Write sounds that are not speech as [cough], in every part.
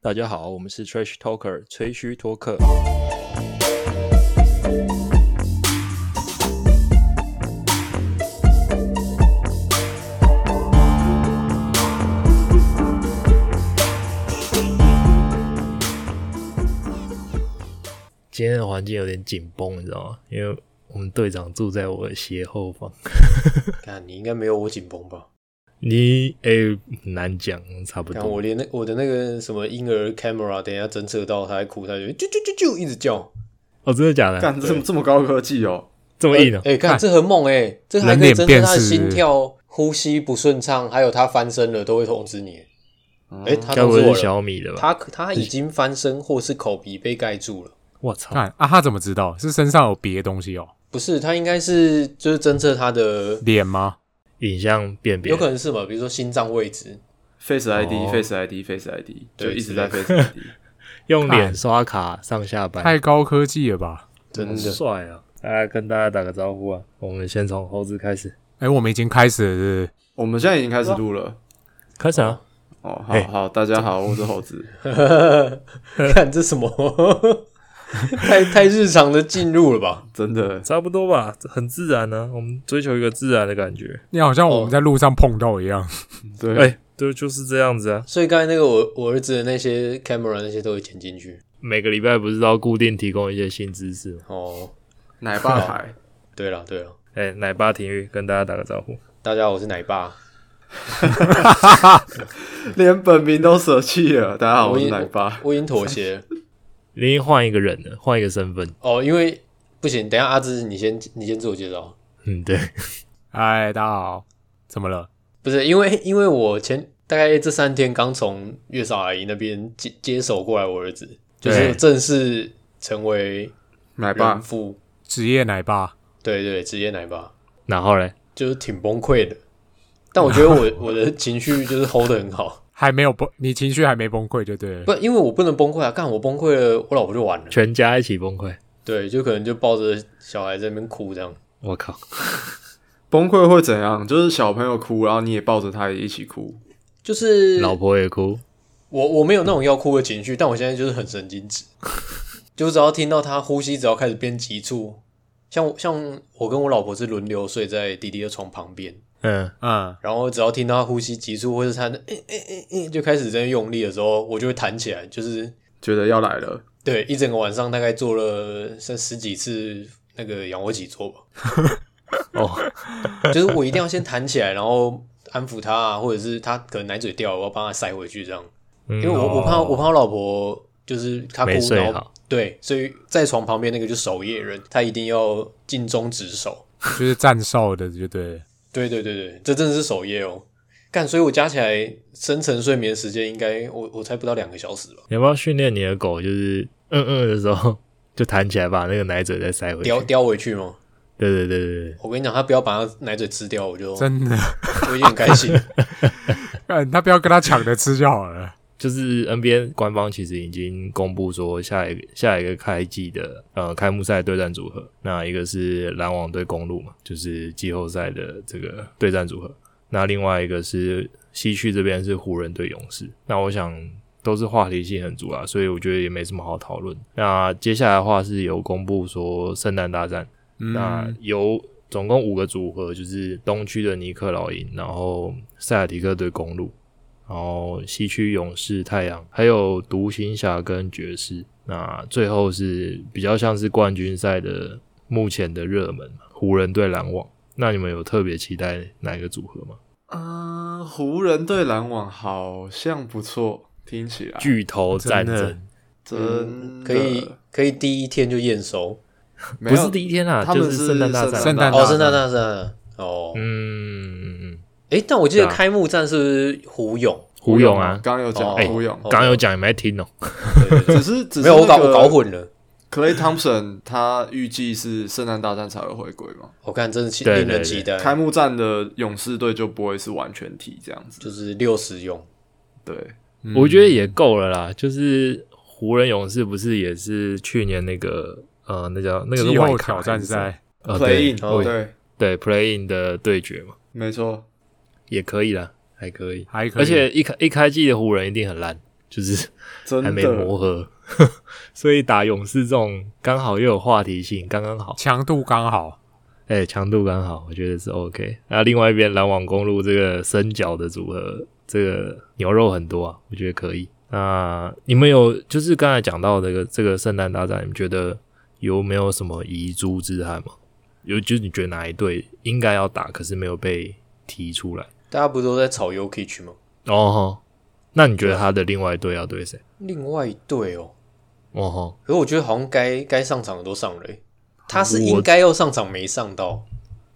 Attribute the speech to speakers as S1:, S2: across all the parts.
S1: 大家好，我们是 Trash Talker 吹嘘托客。
S2: 今天的环境有点紧绷，你知道吗？因为我们队长住在我的斜后方。 [laughs]
S3: 看你应该没有我紧绷吧？
S2: 你诶、很难讲，差不
S3: 看
S2: 多。
S3: 我连那我的那个什么婴儿 camera，等一下侦测到它在哭，它就啾啾啾啾一直叫。
S2: 哦，真的假的？
S4: 干这么这么高科技哦！
S2: 这么硬哦、
S3: 哎、看这很猛哎、这还
S5: 人
S3: 可以
S5: 脸
S3: 侦测
S5: 辨
S3: 它的
S5: 识
S3: 心跳、呼吸不顺畅，还有它翻身了都会通知你。哎、它
S2: 嗯该
S3: 通
S2: 不
S3: 知
S2: 会
S3: 我
S2: 是
S3: 了。
S2: 小米的吧？
S3: 它它已经翻身或是口鼻被盖住了，
S2: 我操！
S5: 看啊，他怎么知道是身上有别的东西哦？
S3: 不是它应该是就是侦测它的，
S5: 脸吗？
S2: 影像辨别
S3: 有可能是嘛？比如说心脏位置，
S4: Face ID、
S5: 哦
S4: Face ID Face ID，就
S3: 对
S4: 一直在 Face ID。
S2: 用脸
S5: 看
S2: 刷卡上下班，
S5: 太高科技了吧？
S3: 真的。 [laughs]
S2: 帅啊！来跟大家打个招呼啊！我们先从猴子开始，
S5: 哎、我们已经开始了是
S4: [laughs] 我们现在已经开始录了。
S2: 开始啊！
S4: 哦，
S2: 哎
S4: 好好，大家
S2: [laughs]
S4: 好，我是猴子。
S3: 看这什么？ [laughs] 太太日常的进入了吧？
S4: 真的，
S2: 差不多吧，很自然呢、我们追求一个自然的感觉
S5: 不是，你好像我们在路上碰到一样。
S4: 对，
S2: 哎、对，就是这样子啊。
S3: 所以刚才那个我我儿子的那些 camera 那些都会剪进去。
S2: 每个礼拜不是都要固定提供一些新知识吗？
S3: 哦，
S4: 奶爸牌，
S3: 对了对了，
S2: 哎、奶爸体育跟大家打个招呼。
S3: 大家好，我是奶爸，
S4: 连本名都舍弃了。大家好，我
S3: 已
S4: 是
S3: 经
S4: 奶爸。
S3: 我已经妥协
S4: [laughs]
S3: 了。
S2: 你已经换一个人了，换一个身份。
S3: 哦，因为不行，等一下阿芝你先你先自我介绍，
S2: 嗯，对，
S5: [laughs] 哎，大家好，怎么了？
S3: 不是因为因为我前大概这三天刚从月嫂阿姨那边接接手过来，我儿子就是
S2: 对
S3: 正式成为
S4: 奶
S3: 人
S4: 爸，
S3: 父，
S5: 职业奶爸，
S3: 对对，职业奶爸，
S2: 然后嘞，
S3: 就是挺崩溃的。但我觉得我 [laughs] 我的情绪就是 hold 得很好，
S5: 还没有崩，你情绪还没崩溃就对了。
S3: 不，因为我不能崩溃啊！干我崩溃了，我老婆就完了。
S2: 全家一起崩溃。
S3: 对，就可能就抱着小孩在那边哭这样。
S2: 我靠，
S4: 崩溃会怎样？就是小朋友哭，然后你也抱着他也一起哭。
S3: 就是
S2: 老婆也哭，
S3: 我我没有那种要哭的情绪，但我现在就是很神
S2: [laughs]
S3: 经质，就只要听到他呼吸只要开始变急促，像我像我跟我老婆是轮流睡在弟弟的床旁边，
S2: 嗯，
S5: 嗯，
S3: 然后只要听到他呼吸急促或是他的嗯嗯嗯嗯就开始在用力的时候，我就会弹起来，就是
S4: 觉得要来了，
S3: 对一整个晚上大概做了三十几次那个仰卧起坐吧。
S2: [laughs] 哦，
S3: [laughs] 就是我一定要先弹起来，然后安抚他啊，或者是他可能奶嘴掉了，我要帮他塞回去这样。
S2: 因
S3: 因为我
S2: 哦
S3: 我怕我怕我老婆就是她
S2: 嗯
S3: 哭
S2: 没，睡
S3: 然后
S2: 好
S3: 对，所以在床旁边那个就守夜人，他一定要尽忠职守。
S5: 就是站哨的就对了。
S3: 对对对对，这真的是守夜哦。干，所以我加起来深层睡眠时间应该我我才不到两个小时吧，
S2: 你要不要训练你的狗，就是嗯嗯的时候就弹起来，把那个奶嘴再塞回去？
S3: 叼叼回去吗？
S2: 对对对对对，
S3: 我跟你讲，他不要把他奶嘴吃掉，我就
S5: 真的， [laughs]
S3: 我已经很开
S2: [laughs]
S3: 心。
S5: 看他不要跟他抢着吃就好 [laughs] 了。
S2: 就是 NBA 官方其实已经公布说下一个下一个开季的呃开幕赛对战组合，那一个是篮网对公路嘛，就是季后赛的这个对战组合，那另外一个是西区这边是湖人对勇士，那我想都是话题性很足啊，所以我觉得也没什么好讨论。那接下来的话是有公布说圣诞大战，那
S5: 嗯，
S2: 有总共五个组合，就是东区的尼克老鹰，然后塞尔提克对公路，然后西区勇士、太阳，还有独行侠跟爵士。那最后是比较像是冠军赛的目前的热门嘛，湖人对篮网。那你们有特别期待哪一个组合吗？呃
S4: 嗯，湖人对篮网好像不错，听起来
S2: [laughs] 巨头战
S5: 真的
S2: 争
S4: 真的
S3: 可以可以第一天就验收
S4: 没
S2: 不
S4: 有
S2: 是第一天啊，
S4: 他
S2: 就
S4: 们
S2: 圣诞大
S4: 圣
S2: 战。
S5: 圣诞
S3: 哦，圣诞大战哦，
S2: 嗯，
S3: 诶，但我记得
S2: 对啊
S3: 开幕战是不是胡勇？
S2: [laughs] 湖勇啊，
S4: 刚刚有
S3: 哦
S4: 讲
S3: 哎
S4: 胡勇，
S2: 刚刚有讲你没听哦、
S3: 对对
S4: [laughs] 只
S3: 对
S4: 是只是
S3: 没有，我搞
S4: 那
S3: 我
S4: 个
S3: 搞混了。
S4: Clay Thompson 他预计是圣诞大战才会回归嘛？
S3: 我看真的期
S2: 对对
S3: 令人期待，
S4: 开幕战的勇士队就不会是完全体这样子，
S3: 就是六十用，
S4: 对，
S5: 嗯
S2: 我觉得也够了啦。就是湖人勇士不是也是去年那个呃，那叫那个是
S5: 季
S2: 外
S5: 后
S2: 卡
S5: 挑
S2: 还
S5: 战
S2: 是什么
S5: 赛，
S2: 呃
S4: Play in
S3: 哦
S4: 嗯对，
S2: 对对 play in 的对决嘛，
S4: 没错，
S2: 也可以啦，还可以。
S5: 还可以。
S2: 而且一开一开季的湖人一定很烂，就是
S4: 真
S2: 还没
S4: 的
S2: 磨合， [laughs] 所以打勇士这种刚好又有话题性，刚刚好，
S5: 强度刚好，
S2: 哎、强度刚好，我觉得是 OK。那另外一边篮网公路这个深角的组合，这个牛肉很多啊，我觉得可以。那你们有就是刚才讲到这个这个圣诞大战，你们觉得有没有什么遗珠之憾吗？有就是你觉得哪一队应该要打，可是没有被提出来？
S3: 大家不都在炒 u k i c 吗？
S2: 哦吼，那你觉得他的另外一队要对谁？
S3: 另外一队哦，
S2: 哦吼，
S3: 可是我觉得好像该该上场的都上了欸、他是应该要上场没上到，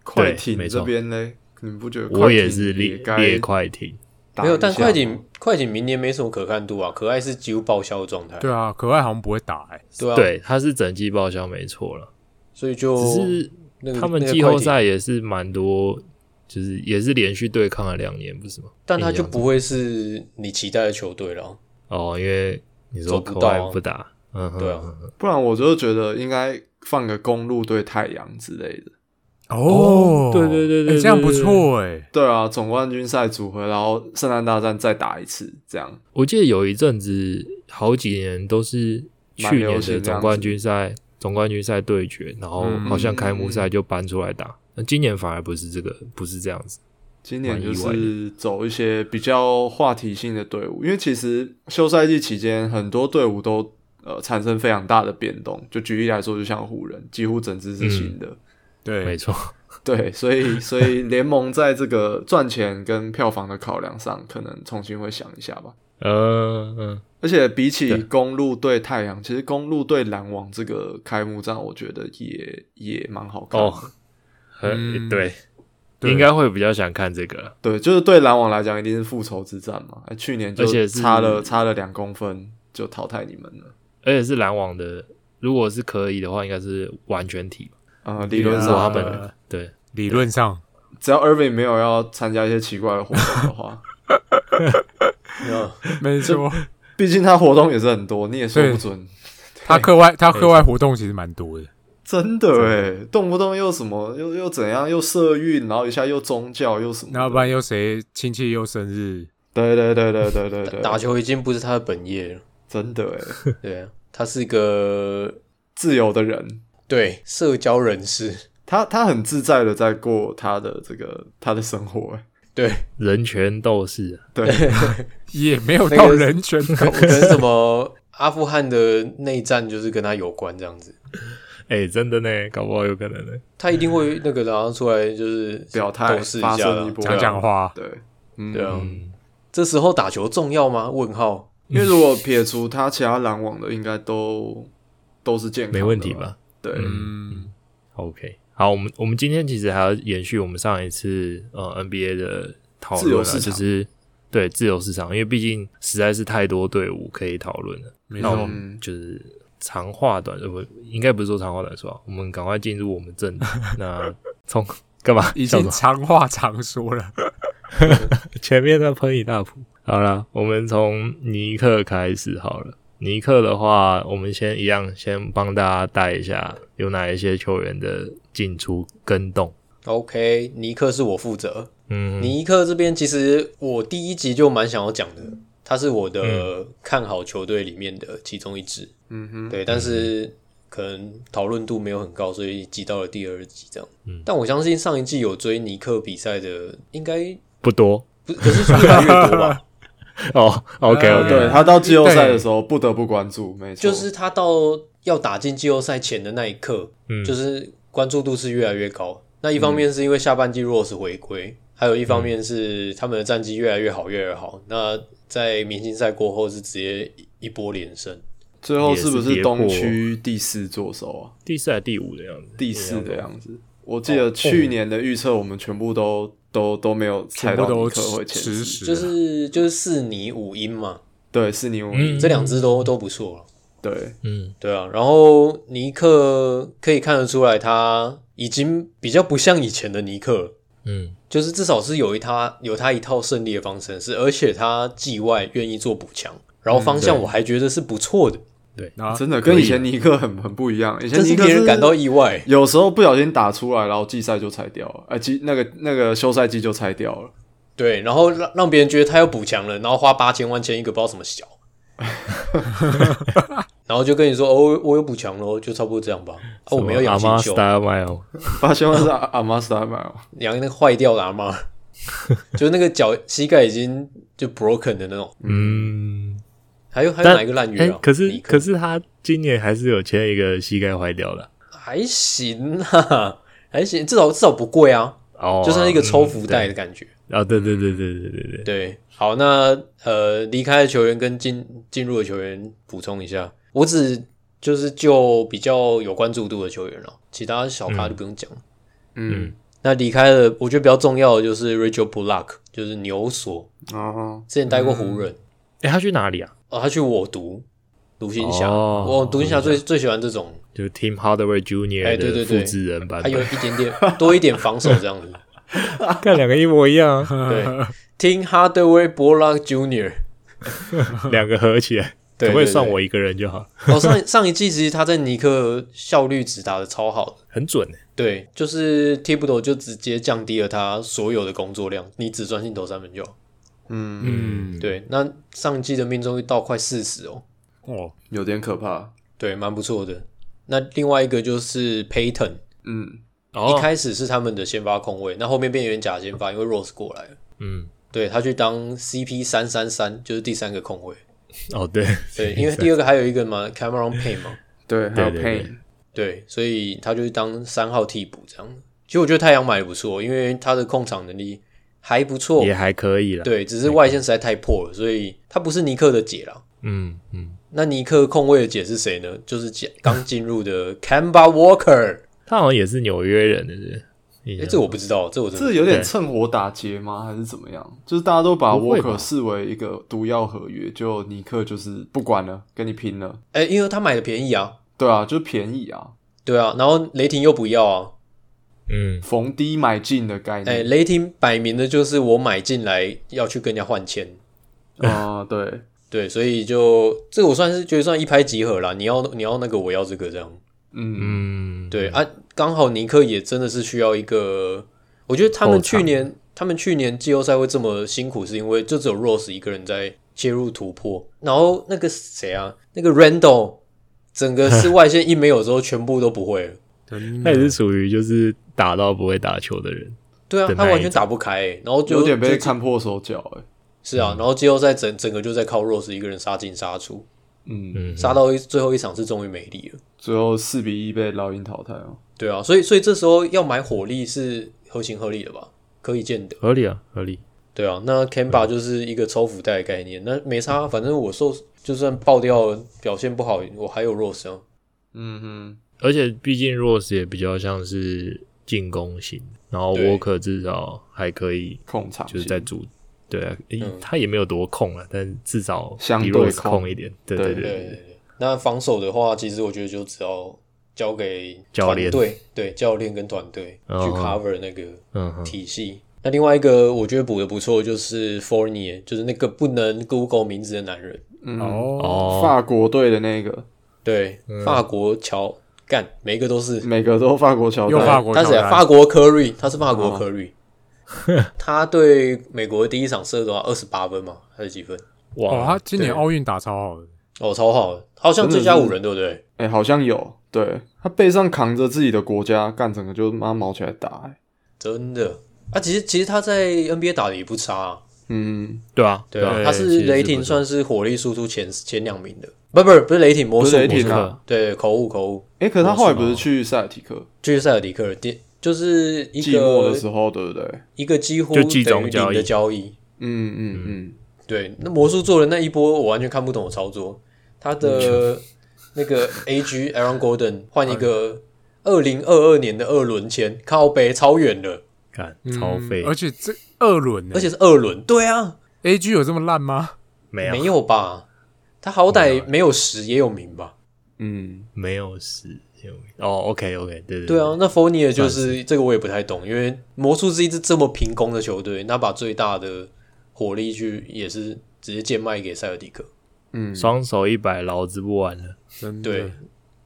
S4: 快
S2: 对
S4: 艇
S2: 没
S4: 这
S2: 错
S4: 边嘞，你们不觉得快艇
S2: 我也是列
S4: 该
S2: 列快艇。
S4: 打
S3: 没有。
S4: 一
S3: 但
S4: 下
S3: 快
S4: 吗
S3: 艇快艇明年没什么可看度啊，可爱是几乎报销的状态。
S5: 对啊，可爱好像不会打哎、
S3: 对啊，
S2: 对，他是整季报销没错了，
S3: 所以就
S2: 只是
S3: 那个
S2: 他们
S3: 哦那个
S2: 季
S3: 快
S2: 后
S3: 艇
S2: 赛也是蛮多，就是也是连续对抗了两年，不是吗？
S3: 但他
S2: 印
S3: 就
S2: 象中
S3: 不会是你期待的球队了。
S2: 哦，因为你
S3: 走
S2: 说
S3: 不
S2: 口
S3: 到
S2: 外
S3: 啊
S2: 不打，嗯哼，
S3: 对啊
S2: 嗯哼
S4: 不然我就觉得应该放个公路对太阳之类的。
S2: 哦对对对对
S5: 哎
S2: 对
S5: 这样
S2: 对
S5: 不
S2: 对
S5: 错哎、
S4: 对啊，总冠军赛组合，然后圣诞大战再打一次，这样
S2: 我记得有一阵子好几年都是
S4: 蛮
S2: 去
S4: 流
S2: 年
S4: 行
S2: 的
S4: 这
S2: 总
S4: 样
S2: 冠
S4: 子
S2: 军赛，总冠军赛对决，然后好像开幕赛就搬出来打，那今年反而不是这个，不是这样子，
S4: 今年就
S2: 蛮
S4: 是走一些比较话题性的队伍，因为其实休赛季期间很多队伍都呃产生非常大的变动。就举例来说，就像湖人，几乎整支是新的，
S2: 没
S5: 对，
S2: 错，
S4: [laughs] 对，所以所以联盟在这个赚钱跟票房的考量上，可能重新会想一下吧。
S2: 嗯嗯，
S4: 而且比起
S2: 对
S4: 公路对太阳，其实公路对篮网这个开幕战，我觉得也也蛮好看的。
S2: 哦很
S5: 嗯
S2: 对，
S5: 对
S2: 应该会比较想看这个了，
S4: 对，就是对篮网来讲，一定是复仇之战嘛。哎去年就
S2: 而且是
S4: 差了差了两公分就淘汰你们了。
S2: 而且是篮网的，如果是可以的话，应该是完全体吧，
S4: 呃，理论
S2: 如
S5: 啊
S2: 果
S4: 上
S2: 他们对。
S5: 理论上
S4: 只要 Irving 没有要参加一些奇怪的活动的话，
S5: [laughs]
S4: [laughs] 嗯
S5: 没错，
S4: 毕竟他活动也是很多，你也说不准。
S5: 他课外他课外活动其实蛮多的，
S4: 真的哎，动不动又什么又又怎样，又社运，然后一下又宗教又什么的。
S5: 然后不然又谁亲戚又生日，
S4: 对对对对对对对，啊
S3: 打球已经不是他的本业了，
S4: 真的哎，
S3: 对啊，他是一个
S4: 自由的人，
S3: 对社交人士，
S4: 他他很自在的在过他的这个他的生活，欸 [laughs]
S3: 对，
S2: 人权斗士啊，
S4: 对，
S5: 也没有
S3: 那
S5: 到
S3: 个
S5: 人权
S3: 可可能什么阿富汗的内战就是跟他有关这样子，
S2: 哎、真的呢，搞不好有可能呢。
S3: 他一定会那个然后出来就是 [laughs]
S4: 嗯表态
S3: 斗士一
S4: 发
S3: 下
S4: 声
S3: 啦
S4: 一波，
S5: [laughs]
S4: 啊
S5: 讲讲话，
S4: 对，嗯
S3: 对啊，
S2: 嗯，
S3: 这时候打球重要吗？问号，
S4: 因为如果撇除他其他篮网的，应该都都是健康，
S2: 没问题吧？？
S4: 对，
S5: 嗯，
S2: ？OK，好，我们我们今天其实还要延续我们上一次呃 NBA 的讨
S4: 自
S2: 论
S4: 由
S2: 啊，
S4: 市
S2: 就
S4: 场
S2: 是对自由市场，因为毕竟实在是太多队伍可以讨论了。
S5: 没
S2: 那我
S5: 错，
S2: 们就是长话短说，不应该不是说长话短说啊，我们赶快进入我们正 [laughs] 题。那从干嘛？
S5: 已
S2: 笑什
S5: 经
S2: 么
S5: 长话长说了，
S2: 前面在喷一大谱。好啦，我们从尼克开始好了。尼克的话，我们先一样，先帮大家带一下有哪一些球员的进出跟动。
S3: OK，尼克是我负责。
S2: 嗯，
S3: 尼克这边其实我第一集就蛮想要讲的，他是我的看好球队里面的其中一支。
S4: 嗯哼，
S3: 对，但是可能讨论度没有很高，所以挤到了第二集这样。但我相信上一季有追尼克比赛的，应该
S2: 不多
S3: 不可是数越来越多吧？
S2: 哦。OK
S5: 呃
S2: OK，、
S4: 对他到季后赛的时候不得不关注，没错，
S3: 啊就是他到要打进季后赛前的那一刻，
S2: 嗯
S3: 就是关注度是越来越高。那一方面是因为下半季 Rose 回归，还有一方面是他们的战绩越来越好，越来越好。那在明星赛过后是直接一波连胜，
S4: 最后是不
S2: 也是
S4: 是
S2: 跌破
S4: 东区第四坐收啊？
S2: 第四还是第五的样子，
S4: 第四的样子。我记得去年的预测，我们全部都都都没有猜
S5: 全
S4: 到
S5: 部
S4: 尼
S5: 都
S4: 克会前
S5: 实
S4: 四，
S5: 时，
S3: 就是就是四尼五英嘛，
S4: 对，是你我
S2: 嗯
S3: 这两支都都不错了。
S4: 对，
S2: 嗯，
S3: 对啊，然后尼克可以看得出来，他已经比较不像以前的尼克了，
S2: 嗯
S3: 就是至少是有一他有他一套胜利的方程式，而且他季外愿意做补强，然后方向
S2: 嗯对
S3: 我还觉得是不错的，
S5: 然后
S4: 真的跟以前尼克很很不一样。以前
S3: 这
S4: 尼
S3: 是
S4: 克
S3: 令人
S4: 是
S3: 感到意外。
S4: 有时候不小心打出来，然后季赛就拆掉了，哎、季那个那个休赛季就拆掉了。
S2: [laughs]
S3: 对，然后让让别人觉得他要补强了，然后花八千万签一个不知道什么小，然后就跟你说，哦，我有补强喽，就差不多这样吧。啊，我没有养
S2: 阿
S3: 新
S2: 妈
S3: 秀，
S2: Star Mile，
S4: 巴西 [laughs] 曼是阿阿玛斯达买哦，
S3: 养那个坏掉的阿
S2: [laughs]
S3: 妈，就是那个脚膝盖已经就 broken 的那种。
S2: 嗯，
S3: 还有还有
S2: 但
S3: 哪一个烂鱼
S2: 哎、
S3: 啊？
S2: 可是
S3: 尼克
S2: 可是他今年还是有签一个膝盖坏掉的
S3: 还行啊， [laughs] 还行，至少至少不贵啊，
S2: 哦，
S3: 就是那个抽福袋
S2: 嗯
S3: 的感觉。
S2: 对啊、对对对对对对对，
S3: 对，好，那呃，离开的球员跟进进入的球员补充一下，我只就是就比较有关注度的球员了，其他小咖就不用讲。
S4: 嗯，
S3: 那离开了，我觉得比较重要的就是 Rachel Block，就是牛索，
S4: 哦，
S3: 之前待过湖人，
S2: 哎、他去哪里啊？
S3: 哦，他去我读独行侠，
S2: 哦
S3: 我独行侠最最喜欢这种，
S2: 就是 Tim Hardaway
S3: 哎
S2: Jr.
S3: 对对
S2: 的
S3: 对
S2: 复制人版
S3: 还
S2: 本，
S3: 有一点点多一点防守这样
S2: [laughs]
S3: 子。
S2: 看两个一模一样啊，
S3: 对，Tim Hardaway Block Junior，
S2: 两个合起来，
S3: 对
S2: 可不可以
S3: 对
S2: 算
S3: 对
S2: 我一个人就好？
S3: 哦，上上一季其实他在尼克效率值打的超好的。
S2: 很准、欸，
S3: 对，就是 Thibodeau 就直接降低了他所有的工作量，你只专心投三分就好。
S4: 嗯，
S2: 嗯，
S3: 对，那上季的命中率到快四十哦，
S5: [laughs] 哦，
S4: 有点可怕，
S3: 对，蛮不错的。那另外一个就是 Payton，、
S4: 嗯，
S2: 哦
S3: 一，开始是他们的先发控卫，那后面变成假先发，因为 Rose 过来了，
S2: 嗯，
S3: 对他去当 CP 三三三，就是第三个控卫。
S2: 哦， [laughs] 对，
S3: 对，因为第二个还有一个嘛，Cameron Payne 嘛，
S4: 对，还有
S2: 对对
S4: Pain，
S3: 对，所以他就是当三号替补这样。其实我觉得太阳买的不错，因为他的控场能力还不错，
S2: 也还可以啦，，
S3: 哦对，只是外线实在太破了，所以他不是尼克的解啦。
S2: 嗯嗯，
S3: 那尼克控卫的解是谁呢？就是解刚进入的
S2: [laughs]
S3: Camba Walker。
S2: 他好像也是纽约人的，是不是
S3: 哎、这我不知道，这我真
S4: 这
S3: 的
S4: 有点
S2: 对
S4: 趁火打劫吗？还是怎么样？就是大家都把
S2: 不会吧
S4: Walker 视为一个毒药合约，就尼克就是不管了，跟你拼了。
S3: 哎、因为他买的便宜啊，
S4: 对啊，就是便宜啊，
S3: 对啊，然后雷霆又不要啊，
S2: 嗯，
S4: 逢低买进的概
S3: 哎、
S4: 念。哦
S3: 雷霆摆明的就是我买进来要去跟人家换签，
S4: 啊、对，
S3: 对，所以就这个我算是觉得算一拍即合啦。你要你要那个，我要这个这样，
S4: 嗯，
S2: 嗯，
S3: 对、啊，刚好尼克也真的是需要一个，我觉得他们去年他们去年季后赛会这么辛苦，是因为就只有 Rose 一个人在切入突破，然后那个谁啊，那个 Randall
S2: [laughs]
S3: 整个是外线一没有之后，全部都不会了。
S5: 真
S2: 他也
S5: 的
S2: 是属于就是打到不会打球的人，
S3: 对啊
S2: 的，
S3: 他
S2: 那一
S3: 完全打不开、欸，然后就
S4: 有点被
S3: 就
S4: 看破手脚、欸，
S3: 是
S2: 嗯
S3: 啊，然后季后赛整整个就在靠 Rose 一个人杀进杀出，
S4: 嗯，
S2: 嗯，
S3: 杀到一最后一场是终于没力了。
S4: 最后四比一被老鹰淘汰哦。
S3: 对啊，所以所以这时候要买火力是合情合理的吧？可以见得。
S2: 合理啊，合理，
S3: 对啊，那 Canva 就是一个抽福袋的概念，那没差，啊反正我受就算爆掉表现不好，我还有 Rose 啊。
S4: 嗯哼，
S2: 而且毕竟 Rose 也比较像是进攻型，然后
S3: 对
S2: Walker 至少还可以
S4: 控场
S2: 就是
S4: 性
S2: 在主。对啊，诶
S3: 嗯
S2: 他也没有多控啊，但至少
S4: 相
S2: 比
S4: 对
S2: Rose
S4: 控
S2: 控一点。对
S4: 对
S2: 对
S3: 对
S2: 对，
S3: 对对。那防守的话，其实我觉得就只要交给
S2: 教练
S3: 对对教练跟团队去
S2: 嗯
S3: cover 那个
S2: 嗯哼，
S3: 体系。那另外一个我觉得补的不错，就是 Fournier，就是那个不能 Google 名字的男人，
S4: 嗯，
S5: 哦，
S2: 哦，
S4: 法国队的那个，
S3: 对，法国乔干，每一个都是
S4: 每个都法国乔
S5: 又
S4: 丹，
S5: 法国
S3: 他是谁啊
S5: 乔
S3: 嗯
S5: 丹
S3: 法国科瑞，他是法国
S4: 哦
S3: 科瑞。 [laughs] 他对美国第一场射多少？二十八分嘛，还是几分？
S5: 哦，
S2: 哇
S5: 他，今年奥运打超好的，
S3: 哦，超好的，好像最佳五人，对不对？
S4: 哎、好像有，对他背上扛着自己的国家，干整个就妈毛起来打、欸，
S3: 真的啊，其实其实他在 NBA 打的也不差、啊，
S4: 嗯，
S2: 对啊，
S3: 对啊，
S2: 啊，
S3: 他
S2: 其实
S3: 是雷霆
S2: 不错
S3: 算是火力输出前前两名的，不不是不是雷霆魔
S4: 不
S3: 术
S4: 是雷
S3: 魔术
S4: 霆啊，
S3: 对，口误口误，
S4: 哎、可是他后来不是去塞尔提克
S3: 就是塞尔迪克尔第就是一
S4: 寂寞的
S3: 个
S4: 时候，对不对？
S3: 一个几乎
S2: 就
S3: 等
S2: 季
S3: 于
S2: 中
S3: 零
S2: 交易
S3: 的交易，
S4: 嗯嗯嗯，
S3: 对，那魔术做的那一波，我完全看不懂的操作。他
S2: 嗯
S3: 的那个 AG Aaron Gordon 换一个二零二二年的二轮签，靠北超远的，
S2: 看
S5: 嗯
S2: 超费，
S5: 而且这二轮呢，
S3: 而且是二轮。对啊，
S5: A G 有这么烂吗？ [laughs]
S2: 没
S3: 没
S2: 有啊
S3: 有吧？他好歹没有十也有名吧？
S4: 嗯，
S2: 没有十有哦，OK OK，对对
S3: 对啊，，那 Fournier 就
S2: 算
S3: 是这个我也不太懂，因为魔术是一支这么平攻的球队，那把最大的火力去也是直接贱卖给塞尔迪克。
S4: 嗯，
S2: 双手一摆劳资不完了，
S5: 真
S3: 嗯
S5: 的，
S3: 对，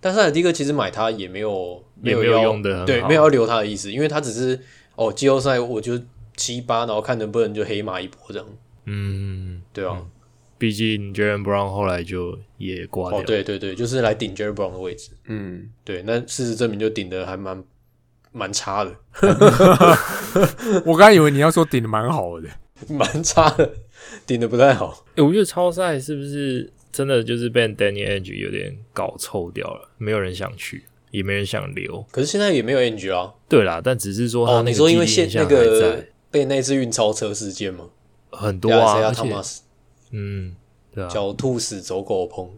S3: 但塞尔蒂克其实买他也没有
S2: 也没有
S3: 要
S2: 用得很好
S3: 对，没有要留他的意思，因为他只是哦季后赛我就七八，然后看能不能就黑马一波这样，
S2: 嗯，
S3: 对啊。
S2: 毕竟 Jalen Brown 后来就也挂掉
S3: 哦，
S2: 了，
S3: 对对对，就是来顶 Jerry Brown 的位置。
S4: 嗯，
S3: 对，那事实证明就顶的还蛮蛮差的， [laughs]
S5: 我刚才以为你要说顶的蛮好的，
S3: 蛮差的，顶的不太好。
S2: 欸我觉得超赛是不是真的就是被 Danny Ainge 有点搞臭掉了？没有人想去，也没人想留。
S3: 可是现在也没有 NG 啦。
S2: 对啦，但只是说他
S3: 哦，
S2: 那
S3: 你
S2: 个
S3: 说
S2: 积
S3: 因为
S2: 极
S3: 现
S2: 印
S3: 那
S2: 象还
S3: 个
S2: 在，
S3: 被那次运钞车事件嘛，
S2: 很多啊，而
S3: 他
S2: 且
S3: 妈死
S2: 嗯，对啊。
S3: 狡兔死走狗烹。